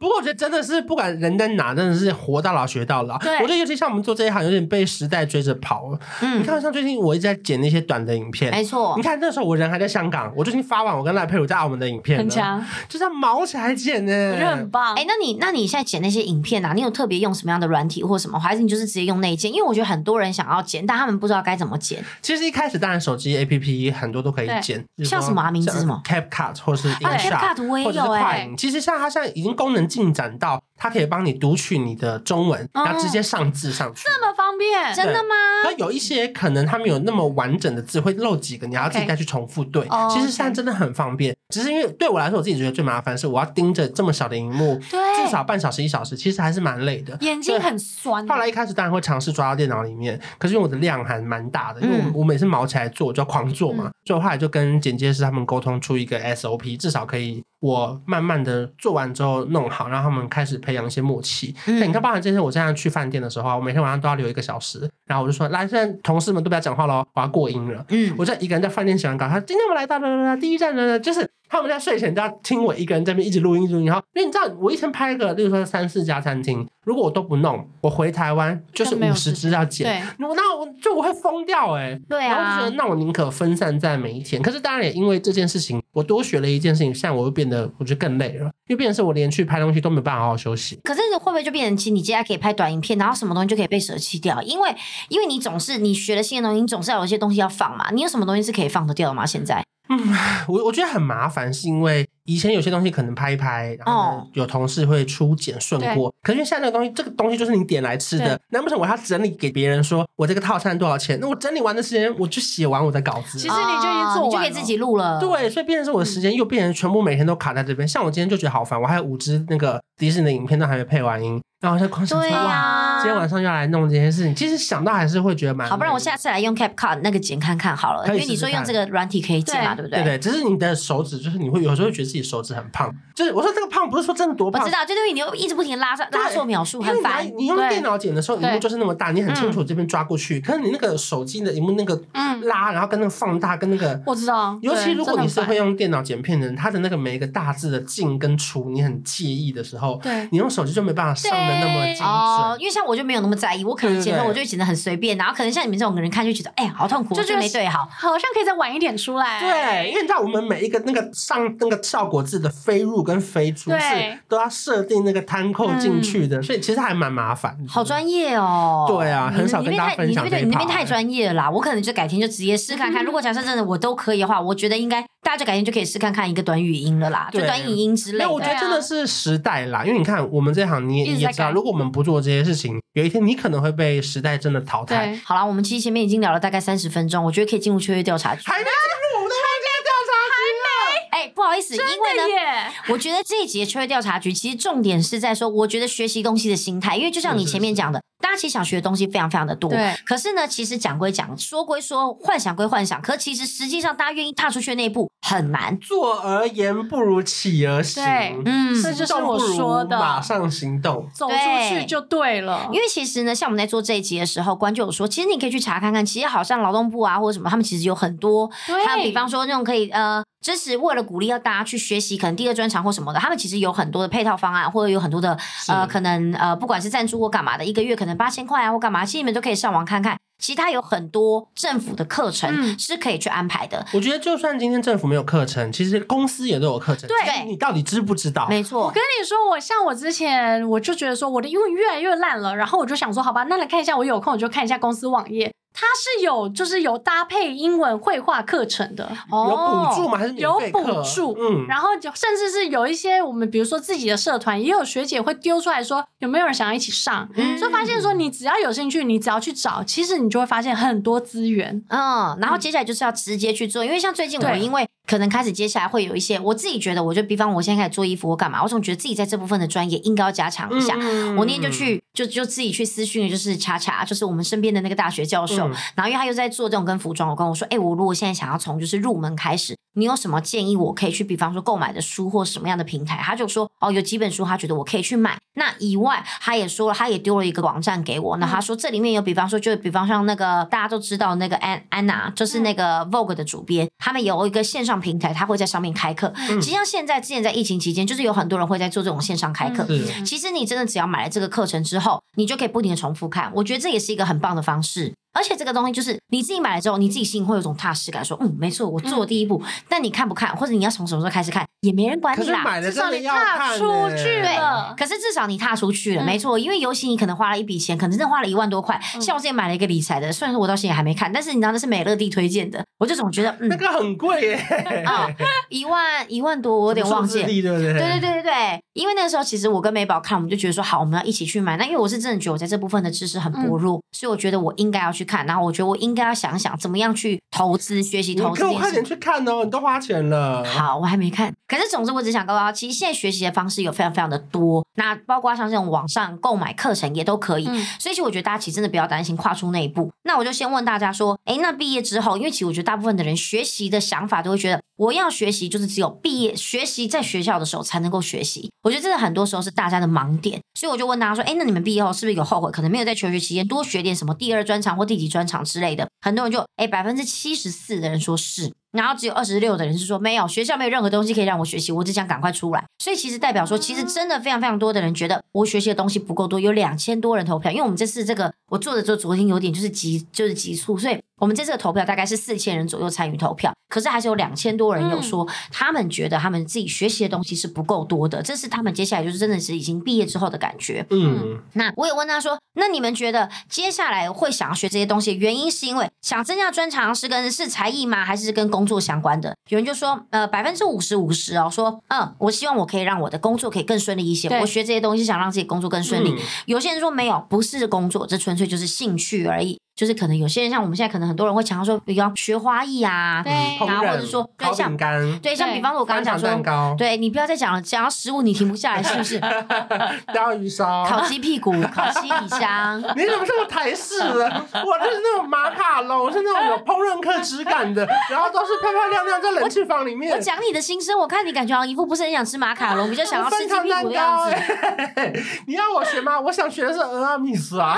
Speaker 3: 不过我觉得真的是，不管人在哪，真的是活到老学到老。
Speaker 1: 对
Speaker 3: 我觉得尤其像我们做这一行，有点被时代追着跑了。你
Speaker 2: 嗯，哎
Speaker 3: 看，像最近我一直在剪那些短的影
Speaker 2: 没
Speaker 3: 片。
Speaker 2: 错
Speaker 3: 你。看那时候我人还在香港，我最近发完我跟赖佩茹在澳门的影片了
Speaker 1: 很，强，
Speaker 3: 就这样毛起来剪呢，
Speaker 1: 我觉得很棒。
Speaker 2: 哎、那你那你现在剪那些影片啊，你有特别用什么样的软体或什么，还是你就是直接用内建？因为我觉得很多人想要剪，但他们不知道该怎么剪。
Speaker 3: 其实一开始当然手机 A P P 很多都可以
Speaker 1: 对
Speaker 3: 剪，比如
Speaker 2: 像
Speaker 3: 说
Speaker 2: 什么啊名字
Speaker 3: 像
Speaker 2: 什么啊
Speaker 3: CapCut 或是 InShot，、
Speaker 2: CapCut 我也
Speaker 3: 或者是
Speaker 2: 有
Speaker 3: 快
Speaker 2: 欸
Speaker 3: 影。其实像它现在已经功能进展到，它可以帮你读取你的中文，
Speaker 2: 哦
Speaker 3: 然后直接上字上去。
Speaker 1: 这么方便，
Speaker 2: 真的吗？
Speaker 3: 那有一些可能它没有那么完整的字，会漏几个，你要自己再去重复对。
Speaker 1: 哦
Speaker 3: 其实现在
Speaker 1: OK
Speaker 3: 真的很方便，只是因为对我来说，我自己觉得最麻烦是我要盯着这么小的荧幕，
Speaker 1: 对
Speaker 3: 至少半小时一小时，其实还是蛮累的。
Speaker 1: 眼睛很酸。
Speaker 3: 后来一开始当然会尝试抓到电脑里面，可是因为我的量还蛮大的，因为我
Speaker 2: 嗯
Speaker 3: 我每次毛起来做我就要狂做嘛，所以我后来就跟剪接师他们沟通出一个 SOP，至少可以我慢慢的做完之后弄好，让他们开始培养一些默契。
Speaker 2: 嗯
Speaker 3: 对你看，包含这些，我现在去饭店的时候啊，我每天晚上都要留一个小时，然后我就说，来，现在同事们都不要讲话喽，我要过音了。
Speaker 2: 嗯，
Speaker 3: 我就一个人在饭店喜欢搞，他今天我们来到了啦啦第一站了，就是他们在睡前都要听我一个人在那边一直录音一直录音，然后因为你知道我一天拍个，例如说三四家餐厅，如果我都不弄，我回台湾就是
Speaker 1: 就没有
Speaker 3: 五十支要剪，
Speaker 1: 对，
Speaker 3: 我那我就我会疯掉哎、
Speaker 2: 对
Speaker 3: 然后我就觉
Speaker 2: 啊
Speaker 3: 得，，那我宁可分散在每一天。可是当然也因为这件事情，我多学了一件事情，现在我又变得我觉得更累了，因为变成是我连去拍东西都没办法好好休息。
Speaker 2: 可是会不会就变成，其实你接下来可以拍短影片，然后什么东西就可以被舍弃掉？因为因为你总是你学了新的东西，你总是要有一些东西要放嘛。你有什么东西是可以放得掉的吗？现在
Speaker 3: 我我觉得很麻烦，是因为以前有些东西可能拍一拍，然后呢
Speaker 2: 哦
Speaker 3: 有同事会出检顺过，可是因为现在这个东西，这个东西就是你点来吃的
Speaker 1: 对，
Speaker 3: 难不成我还要整理给别人说我这个套餐多少钱？那我整理完的时间，我就写完我的稿子
Speaker 1: 其。实你就已经做完了
Speaker 2: 哦你就可以自己录了。
Speaker 3: 对，啊所以变成是我的时间又变成全部每天都卡在这边。像我今天就觉得好烦，我还有五支那个迪士尼的影片都还没配完音，然后我就光想说
Speaker 2: 对
Speaker 3: 哇
Speaker 2: 呀、
Speaker 3: 今天晚上要来弄这件事情，其实想到还是会觉得蛮
Speaker 2: 好，不然我
Speaker 3: 累的
Speaker 2: 下次来用 CapCut 那个剪看看好了，
Speaker 3: 可以
Speaker 2: 因为你说
Speaker 3: 试试看
Speaker 2: 用这个软体可以剪嘛，对
Speaker 1: 对
Speaker 2: 不
Speaker 3: 对
Speaker 2: 对？
Speaker 3: 对，只是你的手指，就是你会有时候会觉得自己手指很胖，就是我说这个胖不是说真的多
Speaker 2: 我
Speaker 3: 胖
Speaker 2: 知，道，就因为你又一直不停地拉上
Speaker 3: 对
Speaker 2: 拉错秒数，
Speaker 3: 因为
Speaker 2: 很
Speaker 3: 你要
Speaker 2: 烦。
Speaker 3: 你用
Speaker 1: 对
Speaker 3: 电脑剪的时候，荧幕
Speaker 1: 对
Speaker 3: 就是那么大，你很清楚这边抓过去，可是你那个手机的荧幕那个
Speaker 1: 嗯，
Speaker 3: 拉，然后跟那个放大跟那个。
Speaker 1: 我知道。
Speaker 3: 尤其
Speaker 1: 对
Speaker 3: 如果你是会，
Speaker 1: 真的
Speaker 3: 用电脑剪片的人，他的那个每一个大字的进跟出，你很介意的时候，
Speaker 1: 很烦
Speaker 3: 你用手机就没办法上的那么精
Speaker 2: 哦，
Speaker 3: 准。
Speaker 2: 因为像我就没有那么在意，我可能剪
Speaker 3: 对对
Speaker 2: 的
Speaker 3: 对
Speaker 2: 我就会剪的很随便，然后可能像你们这种人看就觉得，哎、好痛苦，
Speaker 1: 就
Speaker 2: 我
Speaker 1: 觉
Speaker 2: 就
Speaker 1: 得
Speaker 2: 没对好
Speaker 3: 嗯
Speaker 1: 对，。好像可以再晚一点出来。
Speaker 3: 对，因为你知道我们每一个那个上那个效果字的飞入跟飞出
Speaker 1: 对嗯
Speaker 3: 是都要设定那个摊扣进去的，所以其实还蛮麻烦的。
Speaker 2: 好专业哦！
Speaker 3: 对啊
Speaker 2: 你们
Speaker 3: 很少跟大家分享
Speaker 2: 你
Speaker 3: 这
Speaker 2: 那边太你那边对
Speaker 3: 一
Speaker 2: 你那边
Speaker 3: 趴哎嗯
Speaker 2: 太专业了啦，我可能就改天就直接试看看。如果假设真的我都可以的话，我觉得应该大家就改天就可以试看看一个短语音了啦，就
Speaker 3: 对
Speaker 2: 短语音之类
Speaker 3: 没有，我
Speaker 2: 的。
Speaker 3: 觉得真的是时代啦，因为你看我们这行你也，
Speaker 1: 一
Speaker 3: 你
Speaker 1: 直
Speaker 3: 也
Speaker 1: 在
Speaker 3: 知道，
Speaker 1: 改
Speaker 3: 如果我们不做这些事情，有一天你可能会被时代真的淘
Speaker 1: 对
Speaker 3: 汰。
Speaker 2: 好啦，我们其实前面已经聊了大概三十分钟，我觉得可以进入秋月调查局。
Speaker 3: 还没进入我们的问
Speaker 2: 哎、不好意思，因为呢
Speaker 1: 真的。耶，
Speaker 2: 我觉得这一集的秋月调查局其实重点是在说，我觉得学习东西的心态，因为就像你前面讲的，大家其实想学的东西非常非常的多，
Speaker 1: 对
Speaker 2: 可是呢，其实讲归讲，说归说，幻想归幻想，可其实实际上大家愿意踏出去的那一步很难。
Speaker 3: 坐而言不如起而行，
Speaker 1: 对
Speaker 2: 嗯，
Speaker 1: 这就是我说
Speaker 3: 动不如马
Speaker 1: 的，
Speaker 3: 上行动。
Speaker 1: 走出去就对了。
Speaker 2: 因为其实呢，像我们在做这一集的时候，关就有说，其实你可以去查看看，其实好像劳动部啊或者什么，他们其实有很多，
Speaker 1: 对
Speaker 2: 还有比方说那种可以呃支持，为了鼓励要大家去学习，可能第二专长或什么的，他们其实有很多的配套方案，或者有很多的呃可能呃不管是赞助或干嘛的，一个月可能八千块啊或干嘛，其实你们都可以上网看看。其实它有很多政府的课程
Speaker 1: 嗯
Speaker 2: 是可以去安排的，
Speaker 3: 我觉得就算今天政府没有课程，其实公司也都有课程。
Speaker 1: 对
Speaker 3: 只是你到底知不知道？
Speaker 2: 没错
Speaker 1: 我。跟你说，我像我之前我就觉得说我的英文越来越烂了，然后我就想说，好吧，那来看一下，我有空我就看一下公司网页，它是有就是有搭配英文绘画课程的，
Speaker 3: 有补助
Speaker 2: 哦
Speaker 3: 吗？还是免
Speaker 1: 有
Speaker 3: 费
Speaker 1: 补
Speaker 3: 课
Speaker 1: 助
Speaker 3: 嗯，
Speaker 1: 然后就甚至是有一些我们比如说自己的社团，也有学姐会丢出来说有没有人想要一起上，
Speaker 2: 嗯
Speaker 1: 就发现说你只要有兴趣，你只要去找，其实你就会发现很多资源。
Speaker 2: 嗯，然后接下来就是要直接去做，因为像最近我
Speaker 1: 对
Speaker 2: 因为可能开始接下来会有一些，我自己觉得，我就比方我现在开始做衣服，我干嘛，我总觉得自己在这部分的专业应该要加强一下。
Speaker 3: 嗯
Speaker 2: 我那天就去，就就自己去私讯，就是查查，就是我们身边的那个大学教授，
Speaker 3: 嗯
Speaker 2: 然后因为他又在做这种跟服装有关，我说，哎、我如果现在想要从就是入门开始，你有什么建议我可以去，比方说购买的书或什么样的平台？他就说，哦，有几本书他觉得我可以去买。那以外，他也说了，他也丢了一个网站给我，那
Speaker 3: 嗯
Speaker 2: 他说这里面有，比方说就比方像那个大家都知道那个安安娜，就是
Speaker 3: 嗯
Speaker 2: 那个 Vogue 的主编，他们有一个线上平台，他会在上面开课。
Speaker 3: 嗯
Speaker 2: 其实像现在之前在疫情期间，就是有很多人会在做这种线上开课，
Speaker 3: 嗯是
Speaker 2: 其实你真的只要买了这个课程之后，你就可以不停的重复看，我觉得这也是一个很棒的方式。而且这个东西就是你自己买了之后，你自己心里会有一种踏实感，说嗯，没错，我做了第一步。但你看不看，或者你要从什么时候开始看，也没人管
Speaker 3: 可
Speaker 2: 你
Speaker 3: 是
Speaker 2: 啦。
Speaker 3: 买了
Speaker 1: 至
Speaker 3: 真
Speaker 1: 少
Speaker 3: 的
Speaker 1: 你
Speaker 3: 要
Speaker 1: 踏
Speaker 3: 看
Speaker 1: 出
Speaker 3: 呢
Speaker 1: 去了，
Speaker 2: 可是至少你踏出去了，
Speaker 1: 嗯
Speaker 2: 没错，因为尤其你可能花了一笔钱，可能真的花了一万多块。
Speaker 3: 嗯
Speaker 2: 像我之前买了一个理财的，虽然说我到现在还没看，但是你知道那是美乐蒂推荐的，我就总觉得嗯
Speaker 3: 那，个很贵耶，
Speaker 2: 哦，一万一万 多，我有点忘记
Speaker 3: 数
Speaker 2: 了
Speaker 3: 字。力对不对？
Speaker 2: 对对对对对，因为那个时候其实我跟美宝看，我们就觉得说好，我们要一起去买。那因为我是真的觉得我在这部分的知识很薄弱，所以我觉得我应该要去看，然后我觉得我应该要想想怎么样去投资、学习
Speaker 3: 你
Speaker 2: 投资
Speaker 3: 跟
Speaker 2: 这件
Speaker 3: 我快点
Speaker 2: 事。
Speaker 3: 去看哦，你都花钱了。
Speaker 2: 好，我还没看，可是总之，我只想告诉大家，其实现在学习的方式有非常非常的多，那包括像这种网上购买课程也都可以。
Speaker 1: 嗯
Speaker 2: 所以其实我觉得大家其实真的不要担心跨出那一步。那我就先问大家说，诶，那毕业之后，因为其实我觉得大部分的人学习的想法都会觉得，我要学习就是只有毕业学习在学校的时候才能够学习。我觉得这个很多时候是大家的盲点，所以我就问大家说，诶，那你们毕业后是不是有后悔？可能没有在求学期间多学点什么第二专长或第几专长之类的。很多人就诶，百分之七十四的人说是。然后只有二十六的人是说没有，学校没有任何东西可以让我学习，我只想赶快出来。所以其实代表说，其实真的非常非常多的人觉得我学习的东西不够多，有两千多人投票。因为我们这次这个我做的做昨天有点就是急就是急促，所以我们这次的投票大概是四千人左右参与投票，可是还是有两千多人有说、他们觉得他们自己学习的东西是不够多的，这是他们接下来就是真的是已经毕业之后的感觉。
Speaker 3: 嗯，
Speaker 2: 那我也问他说：“那你们觉得接下来会想要学这些东西，原因是因为想增加专长是跟是才艺吗？还是跟工作相关的？”有人就说：“呃，百分之五十五十哦，说嗯，我希望我可以让我的工作可以更顺利一些，
Speaker 1: 对嗯
Speaker 2: 我学这些东西想让自己工作更顺利。
Speaker 3: 嗯
Speaker 2: 有些人说没有，不是工作，这纯粹就是兴趣而已。就是可能有些人像我们现在可能很多人会强调说，比方学花艺啊，
Speaker 1: 对
Speaker 3: 烹
Speaker 2: 然后或
Speaker 3: 饪
Speaker 2: 者说对
Speaker 3: 烤
Speaker 2: 像
Speaker 3: 饼干、
Speaker 2: 对，像
Speaker 1: 对
Speaker 2: 比方说我刚刚讲
Speaker 3: 翻糖蛋
Speaker 2: 说。
Speaker 3: 糕、
Speaker 2: 对你不要再讲了，讲到食物你停不下来，是不 是？
Speaker 3: 鲷鱼烧，
Speaker 2: 烤鸡屁股、烤七里香，
Speaker 3: 你怎么这么台 式的？我就是那种马卡龙，是那种有烹饪课质感的，然后都是漂漂亮亮在冷气房里 面。
Speaker 2: 我讲你的心声，我看你感觉好像一副不是很想吃马卡龙，比较想要吃
Speaker 3: 翻
Speaker 2: 鸡
Speaker 3: 糖
Speaker 2: 屁
Speaker 3: 蛋
Speaker 2: 股的
Speaker 3: 糕、
Speaker 2: 样子。
Speaker 3: 欸，你要我学吗？我想学的是俄阿米斯 啊，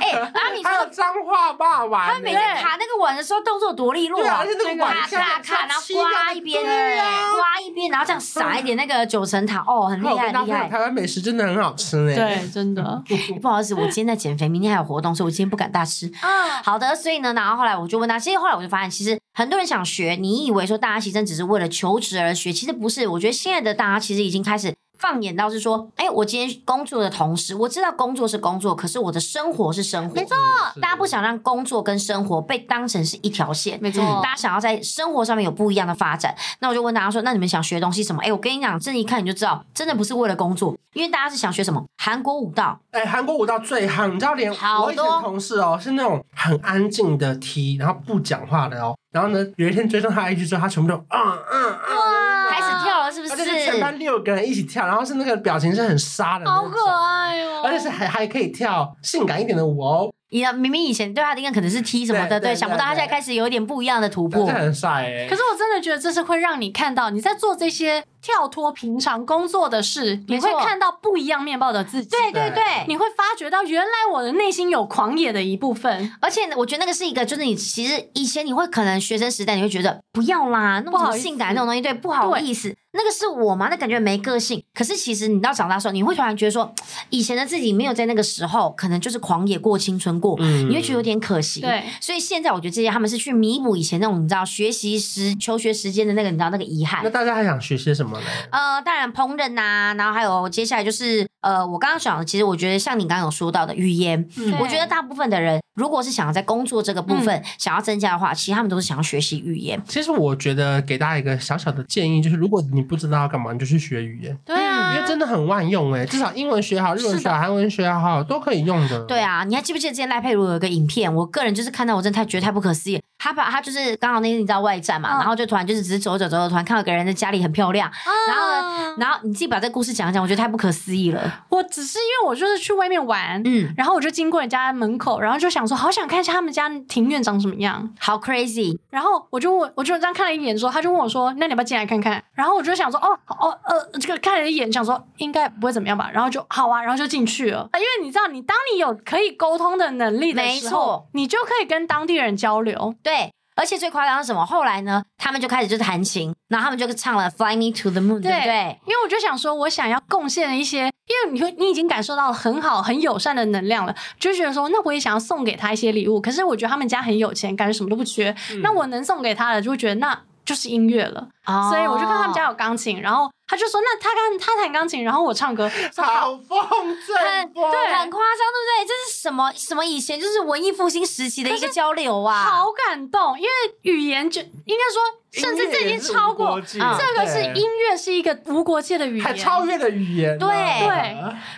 Speaker 2: 哎，然后 你说
Speaker 3: 还有脏话霸王、
Speaker 2: 他每次卡那个碗的时候动作多利落
Speaker 3: 对啊
Speaker 2: 啊
Speaker 3: 而且那，个碗
Speaker 2: 咔
Speaker 3: 像
Speaker 2: 咔咔，
Speaker 3: 像
Speaker 2: 然后
Speaker 3: 七
Speaker 2: 刮
Speaker 3: 样
Speaker 2: 一边，
Speaker 3: 对啊
Speaker 2: 刮一边，然后这样撒一点那个九层塔，哦，很厉
Speaker 3: 然后我
Speaker 2: 害
Speaker 3: 跟大家
Speaker 2: 厉
Speaker 3: 分享
Speaker 2: 害。
Speaker 3: 台湾美食真的很好吃呢、
Speaker 1: 对，真的，
Speaker 2: 不好意思，我今天在减肥，明天还有活动，所以我今天不敢大吃。
Speaker 1: 嗯，
Speaker 2: 好的，所以呢，然后后来我就问他，其实后来我就发现，其实很多人想学，你以为说大家其实真只是为了求职而学，其实不是。我觉得现在的大家其实已经开始放眼到是说，哎，我今天工作的同时，我知道工作是工作，可是我的生活是生活，没错，大家不想让工作跟生活被当成是一条线。
Speaker 1: 没错，
Speaker 2: 大家想要在生活上面有不一样的发展，那我就问大家说，那你们想学的东西什么？哎，我跟你讲，这一看你就知道，真的不是为了工作，因为大家是想学什么？韩国舞蹈，
Speaker 3: 哎、韩国舞蹈最夯，你知道连
Speaker 2: 好
Speaker 3: 我以前
Speaker 2: 多
Speaker 3: 同事哦，是那种很安静的踢，然后不讲话的哦。然后呢，有一天追踪他的 IG 之后，他全部都嗯嗯嗯，
Speaker 2: 开始跳了是不
Speaker 3: 而且是全班六个人一起跳，然后是那个表情是很杀的那
Speaker 1: 好
Speaker 3: 种，
Speaker 1: 可爱哦，
Speaker 3: 而且是还还可以跳性感一点的舞哦，
Speaker 2: 你明明以前对他的印象可能是 T 什么的，
Speaker 3: 对对
Speaker 2: 对，想不到他现在开始有一点不一样的突
Speaker 3: 真
Speaker 2: 破
Speaker 3: 的。很帅哎、
Speaker 1: 可是我真的觉得这是会让你看到你在做这些跳脱平常工作的事，你
Speaker 2: 没错
Speaker 1: 会看到不一样面貌的自己。
Speaker 2: 对
Speaker 3: 对
Speaker 2: 对对，
Speaker 1: 你会发觉到原来我的内心有狂野的一部分。
Speaker 2: 而且呢我觉得那个是一个，就是你其实以前你会可能学生时代你会觉得不要啦，那
Speaker 1: 不
Speaker 2: 么
Speaker 1: 好
Speaker 2: 什么
Speaker 1: 意思
Speaker 2: 性感那种东西，对，不好
Speaker 1: 对
Speaker 2: 意思，那个是我吗？那感觉没个性。可是其实你到长大的时候，你会突然觉得说，以前的自己没有在那个时候，可能就是狂野过、青春过，
Speaker 3: 嗯
Speaker 2: 你会觉得有点可惜。
Speaker 1: 对，
Speaker 2: 所以现在我觉得这些他们是去弥补以前那种你知道学习时求学时间的那个你知道那个遗憾
Speaker 3: 那。大家还想学些什么呢？
Speaker 2: 呃，当然烹饪呐、然后还有接下来就是呃，我刚刚讲的，其实我觉得像你刚刚有说到的语言，
Speaker 1: 对
Speaker 2: 嗯我觉得大部分的人如果是想要在工作这个部分、想要增加的话，其实他们都是想要学习语言。
Speaker 3: 其实我觉得给大家一个小小的建议，就是如果你不知道要干嘛，你就去学语言，
Speaker 1: 对啊
Speaker 2: 嗯
Speaker 3: 因为真的很万用哎、至少英文学好，日文学好，韩文学好都可以用的。
Speaker 2: 对啊，你还记不记得之前赖佩茹有一个影片？我个人就是看到我真的太觉得太不可思议了。他把他就是刚好那天你知道外战嘛，
Speaker 1: 嗯
Speaker 2: 然后就突然就是只是走走走走，突然看到一个人的家里很漂亮，然后呢，然后你自己把这个故事讲一讲，我觉得太不可思议了。
Speaker 1: 我只是因为我就是去外面玩，
Speaker 2: 嗯，
Speaker 1: 然后我就经过人家门口，然后就想说好想看一下他们家庭院长什么样。
Speaker 2: 好 crazy，
Speaker 1: 然后我就问，我就这样看了一眼之后，他就问我说：“那你要不要进来看看？”然后我就想说：“哦哦呃，这个看了一眼，想说应该不会怎么样吧。”然后就好啊，然后就进去了。啊因为你知道，你当你有可以沟通的能力的
Speaker 2: 没
Speaker 1: 时
Speaker 2: 错
Speaker 1: 候，你就可以跟当地人交流。
Speaker 2: 对，而且最夸张的是什么？后来呢，他们就开始就弹琴，然后他们就唱了《Fly Me to the Moon》，对不对？
Speaker 1: 因为我就想说，我想要贡献一些，因为你会你已经感受到了很好、很友善的能量了，就觉得说，那我也想要送给他一些礼物。可是我觉得他们家很有钱，感觉什么都不缺，
Speaker 2: 嗯
Speaker 1: 那我能送给他的，就会觉得那就是音乐了。
Speaker 2: 哦
Speaker 1: 所以我就看他们家有钢琴，然后他就说那他刚他弹钢琴，然后我唱歌，说
Speaker 3: 好风
Speaker 2: 很
Speaker 3: 正风，
Speaker 2: 对，很夸张，对不对？这是什么什么？以前就是文艺复兴时期的一个交流啊，
Speaker 1: 好感动，因为语言就应该说，甚至这已经超过
Speaker 3: 这
Speaker 2: 嗯
Speaker 1: 这个是音乐是一个无国界的语
Speaker 3: 还
Speaker 1: 言，
Speaker 3: 超越了语言啊，
Speaker 2: 对
Speaker 1: 对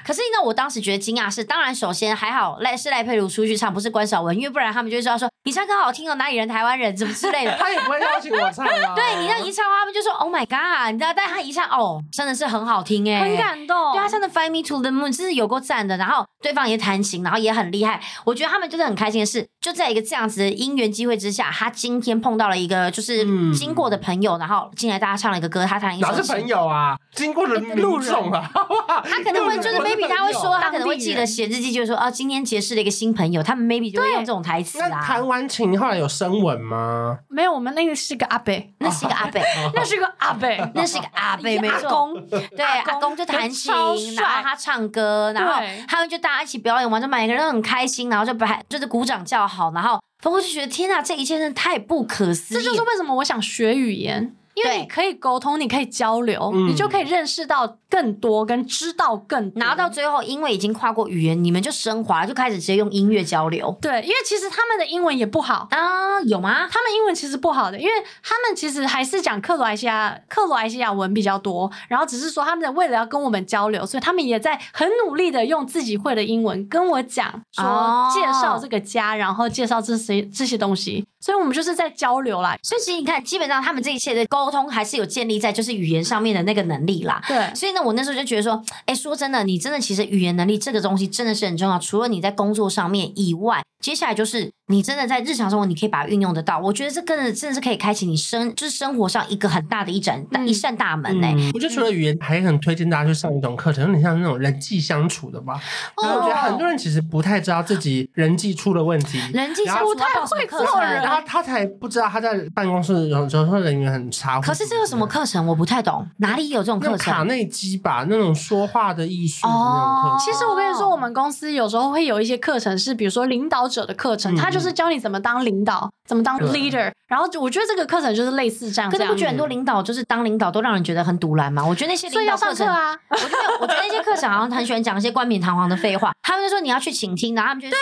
Speaker 2: 可是你知道我当时觉得惊讶是，当然首先还好赖是赖佩如出去唱，不是关少文，因为不然他们就会知道说你唱歌好听哦，哪里人，台湾人怎么之类的。
Speaker 3: 他也不会邀请我唱 啊。
Speaker 2: 对你这样一唱，他们就说 Oh my God，你知道，但他一唱哦，真的是很好听哎、
Speaker 1: 很感动，
Speaker 3: 哦
Speaker 2: 对他唱的《Fly Me to the Moon》真是有够赞的，然后对方也弹琴，然后也很厉害。我觉得他们就是很开心的是，就在一个这样子的因缘机会之下，他今天碰到了一个就是
Speaker 3: 嗯
Speaker 2: 经过的朋友，然后进来大家唱了一个歌，他弹了一首
Speaker 3: 哪是
Speaker 2: 情
Speaker 3: 朋友啊？经过
Speaker 2: 哎
Speaker 3: 的民众啊，
Speaker 2: 他可能会就是
Speaker 3: 路人
Speaker 2: maybe
Speaker 3: 我是
Speaker 2: 他会说，
Speaker 3: 朋友
Speaker 2: 他可能会记得写日记，就是说啊，今天结识了一个新朋友，他们 maybe 就会用这种台词
Speaker 3: 那
Speaker 2: 啊
Speaker 3: 弹。完琴后来有声纹吗？
Speaker 1: 没有我们那个是个阿北，
Speaker 2: 那是一个阿伯，
Speaker 1: 那是个阿北，
Speaker 2: 那是一个 阿伯，
Speaker 1: 一个
Speaker 2: 没
Speaker 1: 阿
Speaker 2: 错。
Speaker 1: 公，
Speaker 2: 对，阿公就弹琴，
Speaker 1: 超
Speaker 2: 然后
Speaker 1: 帅，
Speaker 2: 他唱歌，然后
Speaker 1: 对
Speaker 2: 他们就大家一起表演完，就每个人都很开心，然后就把就是鼓掌叫好，然后峰哥就觉得天哪，这一切真的太不可思
Speaker 1: 这
Speaker 2: 议
Speaker 1: 就是
Speaker 2: 了。
Speaker 1: 为什么我想学语言。因为
Speaker 2: 对
Speaker 1: 你可以沟通，你可以交流，
Speaker 3: 嗯
Speaker 1: 你就可以认识到更多，跟知道更多。
Speaker 2: 拿到最后，因为已经跨过语言，你们就升华，就开始直接用音乐交流
Speaker 1: 对，因为其实他们的英文也不好，
Speaker 2: 啊？有吗？
Speaker 1: 他们英文其实不好的，因为他们其实还是讲克罗埃西亚克罗埃西亚文比较多，然后只是说他们为了要跟我们交流，所以他们也在很努力的用自己会的英文跟我讲，
Speaker 2: 哦
Speaker 1: 说介绍这个家，然后介绍这些这些东西，所以我们就是在交流啦。
Speaker 2: 所以其实你看，基本上他们这一切的沟通还是有建立在就是语言上面的那个能力啦。
Speaker 1: 对，
Speaker 3: 嗯
Speaker 2: 所以呢，我那时候就觉得说，哎，说真的，你真的其实语言能力这个东西真的是很重要。除了你在工作上面以外，接下来就是你真的在日常生活你可以把它运用得到。我觉得这个真的是可以开启你生就是生活上一个很大的一盏、
Speaker 1: 嗯
Speaker 2: 一扇大门欸呢、
Speaker 3: 我觉得除了语言，还很推荐大家去上一种课程，有点像那种人际相处的吧。
Speaker 2: 哦
Speaker 3: 然后我觉得很多人其实不太知道自己人际出了问题，
Speaker 2: 人际相处
Speaker 1: 不太
Speaker 2: 要报什么
Speaker 1: 会
Speaker 2: 课
Speaker 1: 做
Speaker 2: 程
Speaker 1: 人
Speaker 3: 然后他才不知道他在办公室有时候人缘很差。
Speaker 2: 可是这有什么？课程？我不太懂，哪里有这种
Speaker 3: 那
Speaker 2: 课
Speaker 3: 种卡
Speaker 2: 程？
Speaker 3: 内基吧，那种说话的艺术的那种课
Speaker 2: 哦
Speaker 3: 程。
Speaker 1: 其实我跟你说，我们公司有时候会有一些课程是，比如说领导者的课程，
Speaker 3: 嗯
Speaker 1: 他就是教你怎么当领导，怎么当
Speaker 3: 对
Speaker 1: leader。然后我觉得这个课程就是类似这样
Speaker 2: 可
Speaker 1: 这
Speaker 2: 是
Speaker 1: 样嗯
Speaker 2: 不觉得很多领导就是当领导都让人觉得很独揽吗？我觉得那些
Speaker 1: 所以
Speaker 2: 领
Speaker 1: 要上
Speaker 2: 导课
Speaker 1: 课
Speaker 2: 程
Speaker 1: 啊，
Speaker 2: 我觉得，我觉得那些课程好像很喜欢讲一些冠冕堂皇的废话。他们就说你要去倾听，然后他们就会说，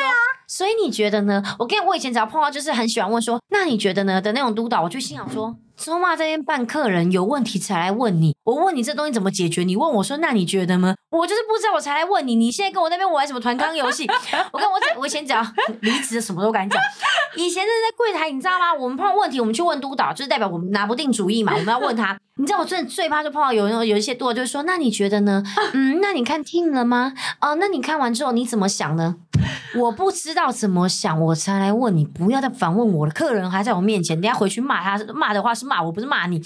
Speaker 2: 所以你觉得呢？我跟我以前只要碰到就是很喜欢问说，那你觉得呢的那种督导，我就心想说，周妈这边办客人有问题才来问你，我问你这东西怎么解决，你问我说那你觉得呢？我就是不知道我才来问你，你现在跟我那边玩什么团康游戏？ 我跟我只我以前讲 离职什么都敢讲，以前真的在柜台，你知道吗？我们碰到问题，我们去问督导，就是代表我们拿不定主意嘛，我们要问他。你知道我真的最怕就碰到有人有一些督导就会说，那你觉得呢？嗯，那你看听了吗？哦、那你看完之后你怎么想呢？我不知道怎么想，我才来问你，不要再反问我了。客人还在我面前，等一下回去骂他，骂的话是骂我，不是骂你。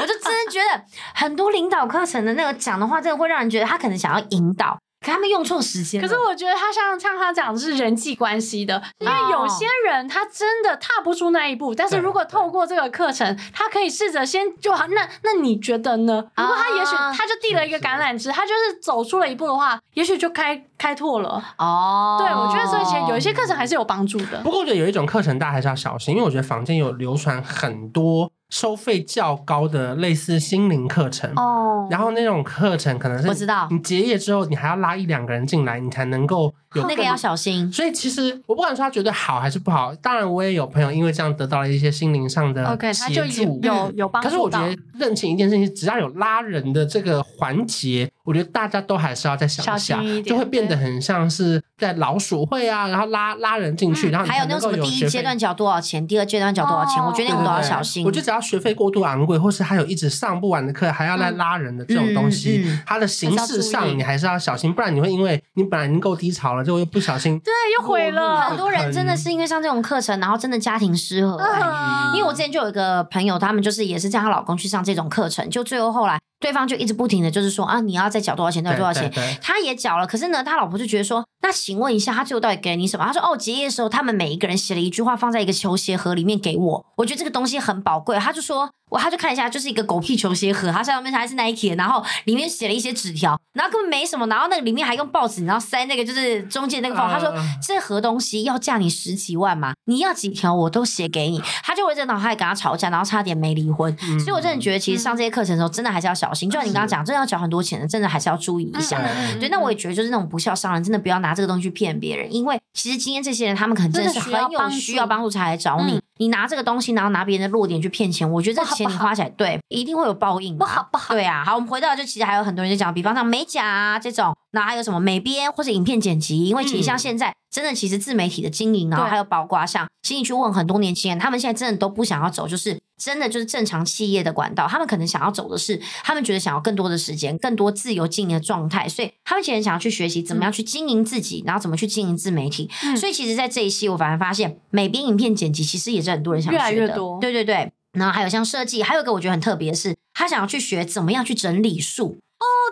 Speaker 2: 我就真的觉得很多领导课程的那个讲的话，真的会让人觉得他可能想要引导，可他们用错时间了。
Speaker 1: 可是我觉得他像像他讲的是人际关系的，因
Speaker 2: 哦
Speaker 1: 为有些人他真的踏不出那一步，但是如果透过这个课程，他可以试着先就好。那那你觉得呢？如果他也许
Speaker 2: 啊
Speaker 1: 他就递了一个橄榄枝，他就是走出了一步的话，也许就开开拓了。
Speaker 2: 哦，
Speaker 1: 对，我觉得所以其实有一些课程还是有帮助的
Speaker 3: 不。过我觉得有一种课程大家还是要小心，因为我觉得坊间有流传很多收费较高的类似心灵课程。
Speaker 1: 哦，
Speaker 3: 然后那种课程可能是
Speaker 2: 我知道
Speaker 3: 你结业之后，你还要拉一两个人进来，你才能够有
Speaker 2: 那个要小心。
Speaker 3: 所以其实我不管说他觉得好还是不好，当然我也有朋友因为这样得到了一些心灵上的
Speaker 1: OK，他就
Speaker 3: 协助嗯
Speaker 1: 有。有有帮助
Speaker 3: 可
Speaker 1: 到。
Speaker 3: 是我觉得认清一件事情，只要有拉人的这个环节，我觉得大家都还是要再想一
Speaker 1: 小
Speaker 3: 下
Speaker 1: 心一，点
Speaker 3: 就会变得很像是在老鼠会啊，然后拉拉人进去，然后你
Speaker 2: 还有
Speaker 3: 才
Speaker 2: 那
Speaker 3: 能
Speaker 2: 种
Speaker 3: 够
Speaker 2: 什么第一
Speaker 3: 学
Speaker 2: 阶
Speaker 3: 费
Speaker 2: 段缴多少钱，第二阶段缴多少钱，
Speaker 1: 哦
Speaker 2: 我觉得那种
Speaker 3: 对对
Speaker 2: 都要
Speaker 3: 对
Speaker 2: 小心。
Speaker 3: 我觉得只要学费过度昂贵，或是还有一直上不完的课，还要来拉人的这种东西，
Speaker 2: 嗯嗯嗯
Speaker 3: 它的形式
Speaker 1: 还是要注
Speaker 3: 上
Speaker 1: 意
Speaker 3: 你还是要小心，不然你会因为你本来已经够低潮了，结果又不小心
Speaker 1: 对又毁了
Speaker 2: 很多人真的是因为上这种课程，然后真的家庭失和、哎
Speaker 1: 嗯
Speaker 2: 因为我之前就有一个朋友，他们就是也是叫她老公去上这种课程，就最后后来对方就一直不停的就是说啊，你要再缴多少钱，再缴多少钱。
Speaker 3: 对对对
Speaker 2: 他也缴了，可是呢，他老婆就觉得说，那请问一下，他最后到底给了你什么？他说，哦，结业的时候，他们每一个人写了一句话，放在一个球鞋盒里面给我，我觉得这个东西很宝贵。他就说，我他就看一下，就是一个狗屁球鞋盒，它上面还是 Nike，的然后里面写了一些纸条，然后根本没什么，然后那个里面还用报纸，然后塞那个就是中间那个缝。他说
Speaker 3: 嗯，
Speaker 2: 这盒东西要价你十几万嘛，你要几条我都写嗯给你。他就会在脑海跟他吵架，然后差点没离婚。所以我真的觉得，其实上这些课程的时候，真的还是要小心。就像你刚刚讲，真的要缴很多钱的，真的还是要注意一下。
Speaker 1: 嗯
Speaker 2: 对，那我也觉得就是那种不孝商人，真的不要拿这个东西去骗别人，因为其实今天这些人他们可能真的是
Speaker 1: 真的需要
Speaker 2: 很有
Speaker 1: 帮助
Speaker 2: 需要帮助才来找你。
Speaker 1: 嗯
Speaker 2: 你拿这个东西，然后拿别人的弱点去骗钱，我觉得
Speaker 1: 不
Speaker 2: 这
Speaker 1: 好
Speaker 2: 钱你
Speaker 1: 不好
Speaker 2: 花起来，对，一定会有报应、啊，
Speaker 1: 不好不好
Speaker 2: 对啊，好，我们回到就其实还有很多人在讲，比方像美甲啊这种，然后还有什么美编或者影片剪辑，因为其实
Speaker 1: 嗯
Speaker 2: 像现在、真的其实自媒体的经营啊，
Speaker 1: 对
Speaker 2: 还有包括像，其实你去问很多年轻人，他们现在真的都不想要走，就是真的就是正常企业的管道，他们可能想要走的是，他们觉得想要更多的时间，更多自由经营的状态，所以他们其实想要去学习怎么样去经营自己，然后怎么去经营自媒体。
Speaker 1: 嗯
Speaker 2: 所以其实，在这一期我反而发现，美编影片剪辑其实也是很多人想
Speaker 1: 越来
Speaker 2: 学
Speaker 1: 越
Speaker 2: 的
Speaker 1: 多
Speaker 2: 对对对。然后还有像设计，还有一个我觉得很特别的是，他想要去学怎么样去整理术，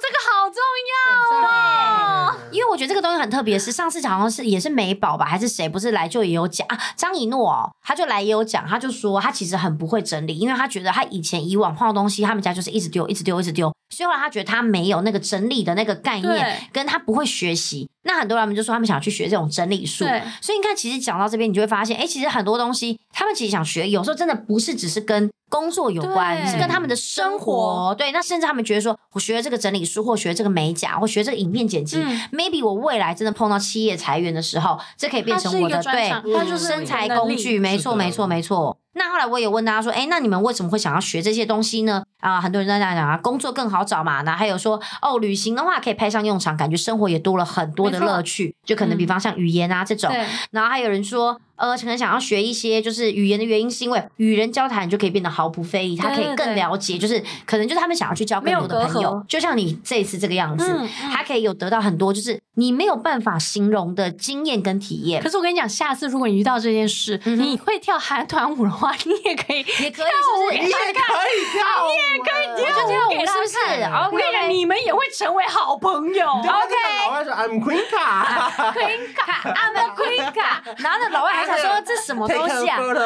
Speaker 1: 这个好重
Speaker 2: 因为我觉得这个东西很特别是，上次好像是也是美宝吧，还是谁不是来就也有讲啊？张以诺哦，他就来也有讲，他就说他其实很不会整理，因为他觉得他以前以往碰到东西，他们家就是一直丢，一直丢，一直丢，所以后来他觉得他没有那个整理的那个概念
Speaker 1: 对，
Speaker 2: 跟他不会学习。那很多人他们就说他们想去学这种整理术，
Speaker 1: 对
Speaker 2: 所以你看，其实讲到这边，你就会发现，哎、其实很多东西他们其实想学，有时候真的不是只是跟工作有关，
Speaker 1: 对
Speaker 2: 是跟他们的生活。
Speaker 1: 生活
Speaker 2: 对，那甚至他们觉得说，我学了这个整理书，或学这个美甲，或学这个影片剪辑、
Speaker 1: 嗯
Speaker 2: m a y b e 我未来真的碰到企业裁员的时候，这可以变
Speaker 1: 它是
Speaker 2: 成
Speaker 1: 一
Speaker 2: 我
Speaker 1: 个
Speaker 2: 的
Speaker 1: 专
Speaker 2: 对
Speaker 1: 长，
Speaker 3: 它
Speaker 1: 它就是
Speaker 2: 身材
Speaker 1: 能
Speaker 2: 工
Speaker 1: 力
Speaker 2: 具，没错，
Speaker 3: 是的
Speaker 2: 没错，没错。那后来我也问大家说，哎，那你们为什么会想要学这些东西呢？啊，很多人在讲啊，工作更好找嘛。那还有说，哦，旅行的话可以派上用场，感觉生活也多了很多的
Speaker 1: 没错
Speaker 2: 乐趣，就可能比
Speaker 1: 嗯
Speaker 2: 方像语言啊这种。
Speaker 1: 对，
Speaker 2: 然后还有人说，呃，可能想要学一些就是语言的原因，是因为与人交谈，你就可以变得毫不非议，他可
Speaker 1: 对
Speaker 2: 以
Speaker 1: 对
Speaker 2: 更
Speaker 1: 对
Speaker 2: 了解，就是可能就是他们想要去交更
Speaker 1: 没有
Speaker 2: 多的
Speaker 1: 隔
Speaker 2: 朋友
Speaker 1: 阂，
Speaker 2: 就像你这一次这个样子，
Speaker 1: 嗯嗯
Speaker 2: 他可以有得到很多就是你没有办法形容的经验跟体验
Speaker 1: 可。是我跟你讲，下次如果你遇到这件事，
Speaker 2: 嗯哼
Speaker 1: 你会跳韩团舞的话，你也可以哦
Speaker 2: 也可以，是不是？
Speaker 3: 可以跳舞，你也
Speaker 1: 可
Speaker 2: 我就跳舞
Speaker 1: 给他
Speaker 2: 是不是
Speaker 1: 看我跟你讲，
Speaker 2: ？OK，
Speaker 1: 你们也会成为好朋友。
Speaker 3: 老外说 I'm Queen
Speaker 2: 啊
Speaker 3: 卡
Speaker 1: Queen 卡
Speaker 2: 阿门 Queen 卡，然后那老外还想
Speaker 1: 哎
Speaker 2: 说这什么
Speaker 3: ，Take
Speaker 2: 东
Speaker 3: a
Speaker 2: 西啊？
Speaker 3: photo，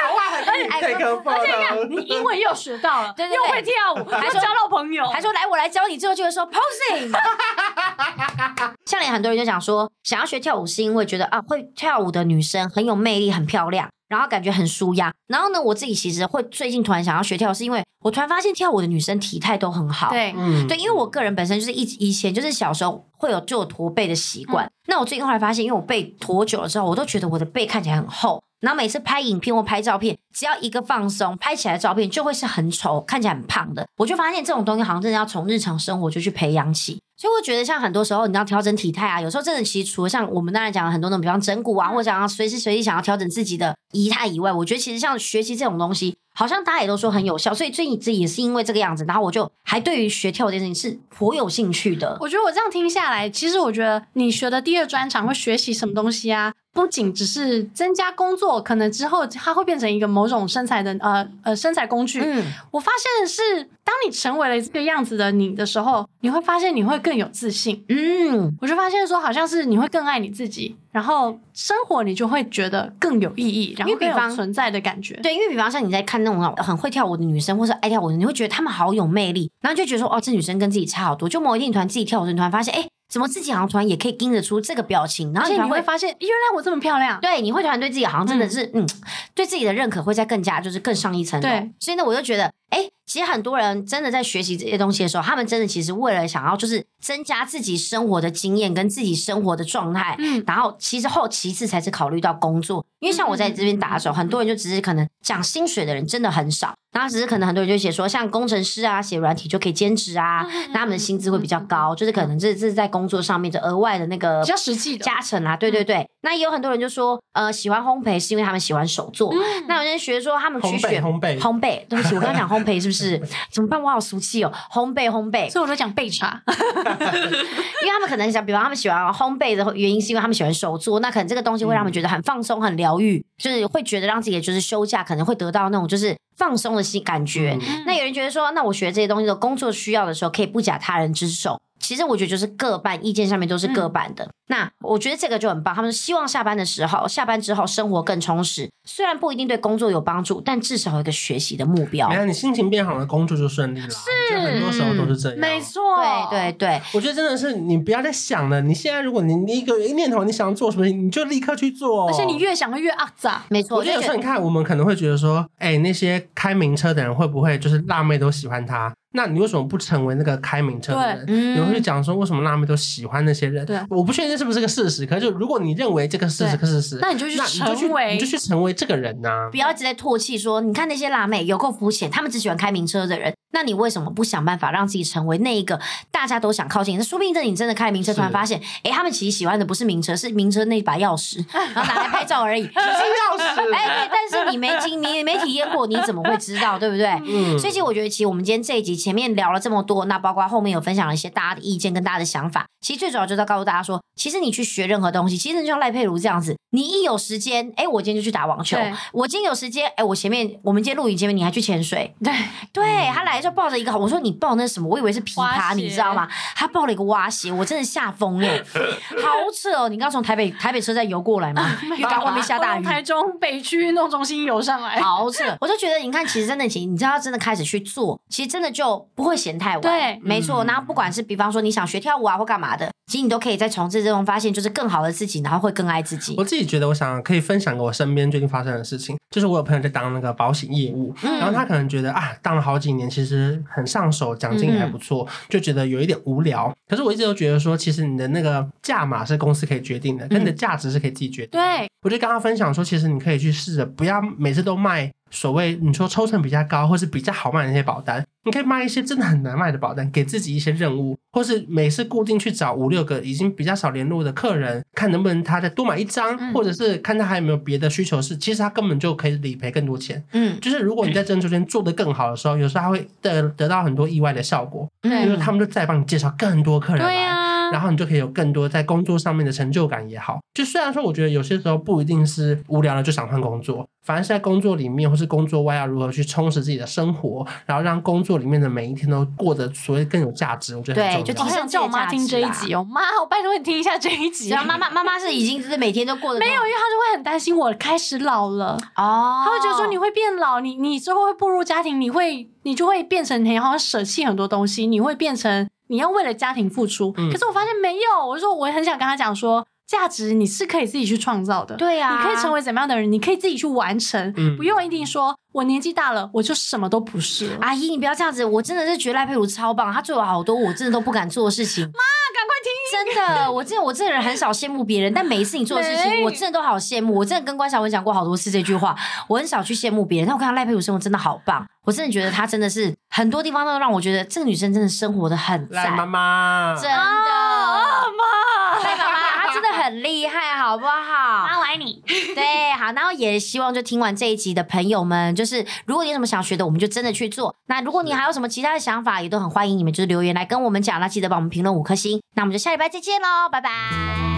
Speaker 3: 老外还可以 Take a
Speaker 2: 哎
Speaker 1: 你
Speaker 3: photo，
Speaker 1: 英文又学到了，
Speaker 2: 对对对
Speaker 1: 又会跳舞，
Speaker 2: 还
Speaker 1: 还
Speaker 2: 说
Speaker 1: 交到朋友，
Speaker 2: 还说来我来教你，最后就会说 posing。像连很多人就讲说，想要学跳舞是因为觉得啊，会跳舞的女生很有魅力，很漂亮，然后感觉很舒压。然后呢，我自己其实会最近突然想要学跳舞，是因为我突然发现跳舞的女生体态都很好。
Speaker 1: 对，
Speaker 3: 嗯
Speaker 2: 对，因为我个人本身就是一以前就是小时候会有就有驼背的习惯。那我最近后来发现，因为我背驼久了之后，我都觉得我的背看起来很厚。然后每次拍影片或拍照片，只要一个放松，拍起来的照片就会是很丑，看起来很胖的。我就发现这种东西好像真的要从日常生活就去培养起。所以我觉得，像很多时候你要调整体态啊，有时候真的其实除了像我们当然讲了很多那种，比方整骨啊，或者想要随时随地想要调整自己的仪态以外，我觉得其实像学习这种东西，好像大家也都说很有效，所以最近自己也是因为这个样子，然后我就还对于学跳这件事情是颇有兴趣的。
Speaker 1: 我觉得我这样听下来，其实我觉得你学的第二专长会学习什么东西啊？不仅只是增加工作，可能之后它会变成一个某种身材的呃呃身材工具。
Speaker 2: 嗯，
Speaker 1: 我发现是，当你成为了这个样子的你的时候，你会发现你会更有自信。
Speaker 2: 嗯，
Speaker 1: 我就发现说，好像是你会更爱你自己，然后生活你就会觉得更有意义，然后
Speaker 2: 因为比
Speaker 1: 更
Speaker 2: 方
Speaker 1: 有存在的感觉。
Speaker 2: 对，因为比方像你在看那种很会跳舞的女生，或是爱跳舞的人，你会觉得她们好有魅力，然后就觉得说，哦，这女生跟自己差好多。就某一天你突然自己跳舞的时候，你突然发现，哎，怎么自己好像突然也可以盯得出这个表情，然
Speaker 1: 而
Speaker 2: 后你
Speaker 1: 且
Speaker 2: 突
Speaker 1: 你
Speaker 2: 然
Speaker 1: 会
Speaker 2: 会
Speaker 1: 发现，原来我这么漂亮。
Speaker 2: 对，你会突然对自己好像真的是，嗯对自己的认可会再更加就是更上一层楼
Speaker 1: 对。
Speaker 2: 所以呢，我就觉得，哎、其实很多人真的在学习这些东西的时候，他们真的其实为了想要就是增加自己生活的经验跟自己生活的状态，
Speaker 1: 嗯
Speaker 2: 然后其实后其次才是考虑到工作，因为像
Speaker 1: 嗯
Speaker 2: 我在这边打手，很多人就只是可能讲薪水的人真的很少，然后只是可能很多人就写说，像工程师啊，写软体就可以兼职啊，
Speaker 1: 嗯
Speaker 2: 那他们的薪资会比较高，就是可能这这是在工作上面的额外的那个
Speaker 1: 比较实际的嗯
Speaker 2: 加成啊，对对对。那也有很多人就说，呃，喜欢烘焙是因为他们喜欢手作，
Speaker 1: 嗯
Speaker 2: 那有些人学说他们去
Speaker 3: 烘焙
Speaker 2: 选
Speaker 3: 烘焙
Speaker 2: 烘焙，对不起，我刚刚讲烘焙是不 是？怎么办？我好俗气哦，烘焙烘焙，
Speaker 1: 所以我就讲备茶，
Speaker 2: 因为他们可能想，比方他们喜欢烘焙的原因，是因为他们喜欢手作，那可能这个东西会让他
Speaker 3: 嗯
Speaker 2: 们觉得很放松、很疗愈，就是会觉得让自己就是休假，可能会得到那种就是放松的心感觉。
Speaker 3: 嗯
Speaker 2: 那有人觉得说，那我学这些东西的工作需要的时候，可以不假他人之手。其实我觉得就是各半，意见上面都是
Speaker 3: 嗯
Speaker 2: 各半的。那我觉得这个就很棒，他们希望下班的时候，下班之后生活更充实，虽然不一定对工作有帮助，但至少有一个学习的目标
Speaker 3: 没。有，你心情变好了，工作就顺利了。是，很多时候都是这样。
Speaker 1: 没错，
Speaker 2: 对对对，
Speaker 3: 我觉得真的是你不要再想了。你现在如果你你一个一念头你想做什么，你就立刻去做。
Speaker 1: 而且你越想越阿杂，
Speaker 2: 没错。
Speaker 3: 我觉得有时候你看，我们可能会觉得说，哎、那些开名车的人会不会就是辣妹都喜欢他？那你为什么不成为那个开名车的人？
Speaker 2: 嗯
Speaker 3: 你会去讲说为什么辣妹都喜欢那些人？
Speaker 1: 对
Speaker 3: 我不确定这是不是个事实，可是就如果你认为这个事实
Speaker 1: 对
Speaker 3: 是事实，
Speaker 1: 那你就去
Speaker 3: 那你就去
Speaker 1: 成为
Speaker 3: 你就去成为这个人呐、
Speaker 2: 不要一直在唾弃说，你看那些辣妹有够肤浅，他们只喜欢开名车的人，那你为什么不想办法让自己成为那一个大家都想靠近？那说不定这你真的开名车，
Speaker 3: 是
Speaker 2: 突然发现，哎、他们其实喜欢的不是名车，是名车那把钥 匙，然后拿来拍照而已。
Speaker 3: 只 是钥匙。
Speaker 2: 哎、对，但是你没经，你没体验过，你怎么会知道，对不对？
Speaker 3: 嗯
Speaker 2: 所以其实我觉得，其实我们今天这一集前面聊了这么多，那包括后面有分享了一些大家的意见跟大家的想法。其实最主要就是要告诉大家说，其实你去学任何东西，其实就像赖佩如这样子，你一有时间，哎，我今天就去打网球
Speaker 1: 对；
Speaker 2: 我今天有时间，哎，我前面我们今天录影前面你还去潜水。
Speaker 1: 对，
Speaker 2: 对他来就抱着一个，我说你抱那什么，我以为是琵
Speaker 1: 嗯蛙
Speaker 2: 琶，
Speaker 1: 鞋
Speaker 2: 你知道吗？他抱了一个蛙鞋，我真的吓 疯了，好扯哦！你刚从台北台北车站游过来 吗？因为刚外面下大
Speaker 1: 啊我从
Speaker 2: 雨，
Speaker 1: 台中北区运动中心游上来，
Speaker 2: 好扯！哎 我就觉得，你看，其实真的，其实你知道，真的开始去做，其实真的就不会嫌太晚。
Speaker 1: 对嗯
Speaker 2: 没错。然后不管是比方说你想学跳舞啊，或干嘛的，其实你都可以在从这之中发现，就是更好的自己，然后会更爱自己
Speaker 3: 我。自己觉得，我想可以分享给我身边最近发生的事情，就是我有朋友在当那个保险业务，
Speaker 2: 嗯
Speaker 3: 然后他可能觉得啊，当了好几年，其实很上手，奖金还不错，就觉得有一点无聊。可是我一直都觉得说，其实你的那个价码是公司可以决定的，跟你的价值是可以自己决定
Speaker 1: 嗯
Speaker 3: 的。
Speaker 1: 对，
Speaker 3: 我就跟他分享说，其实你可以去试着不要每次都卖所谓你说抽成比较高或是比较好卖的那些保单，你可以卖一些真的很难卖的保单，给自己一些任务，或是每次固定去找五六个已经比较少联络的客人，看能不能他再多买一张，
Speaker 1: 嗯
Speaker 3: 或者是看他还有没有别的需求是，其实他根本就可以理赔更多钱。
Speaker 2: 嗯
Speaker 3: 就是如果你在这中间做得更好的时候，有时候他会得得到很多意外的效果，
Speaker 1: 对
Speaker 3: 就是他们就再帮你介绍更多客人来。
Speaker 1: 对
Speaker 2: 啊
Speaker 1: 呀、
Speaker 3: 然后你就可以有更多在工作上面的成就感也好。就虽然说，我觉得有些时候不一定是无聊了就想换工作，反而是在工作里面或是工作外要如何去充实自己的生活，然后让工作里面的每一天都过得所谓更有价值，我觉得很
Speaker 2: 对
Speaker 3: 重
Speaker 2: 就
Speaker 3: 要。
Speaker 1: 我还
Speaker 2: 提升
Speaker 1: 想叫我妈
Speaker 2: 自己
Speaker 1: 听
Speaker 2: 的
Speaker 1: 这
Speaker 2: 价
Speaker 1: 一
Speaker 2: 值啊
Speaker 1: 集哦，妈，我拜托你听一下这一集。
Speaker 2: 然后妈妈妈妈是已经是每天都过得
Speaker 1: 啊没有，因为她就会很担心我开始老了，
Speaker 2: 哦，
Speaker 1: 她会觉得说你会变老，你你之后会步入家庭，你会你就会变成你好像舍弃很多东西，你会变成你要为了家庭付出。
Speaker 3: 嗯
Speaker 1: 可是我发现没有，我就说我很想跟她讲说，价值你是可以自己去创造的。
Speaker 2: 对啊，
Speaker 1: 你可以成为怎么样的人，你可以自己去完成，
Speaker 3: 嗯
Speaker 1: 不用一定说我年纪大了我就什么都不是了。啊，
Speaker 2: 阿姨，你不要这样子，我真的是觉得赖佩如超棒，她做了好多我真的都不敢做的事情。妈，赶快听！真的，我真的我这个人很少羡慕别人，但每一次你做的事情，
Speaker 1: 没
Speaker 2: 我真的都好羡慕。我真的跟关晓雯讲过好多次这句话，我很少去羡慕别人，但我看到赖佩如生活真的好棒，我真的觉得她真的是很多地方都让我觉得这个女生真的生活的很
Speaker 3: 来，
Speaker 2: 赞
Speaker 3: 妈，妈，
Speaker 2: 真
Speaker 1: 妈，
Speaker 2: 的。赖哦妈妈，她真的很厉害，好不好？
Speaker 1: 我爱你。
Speaker 2: 对，好，然后也希望就听完这一集的朋友们，就是如果你有什么想学的，我们就真的去做。那如果你还有什么其他的想法，也都很欢迎你们就是留言来跟我们讲。那记得帮我们评论五颗星。那我们就下礼拜再见喽，拜拜。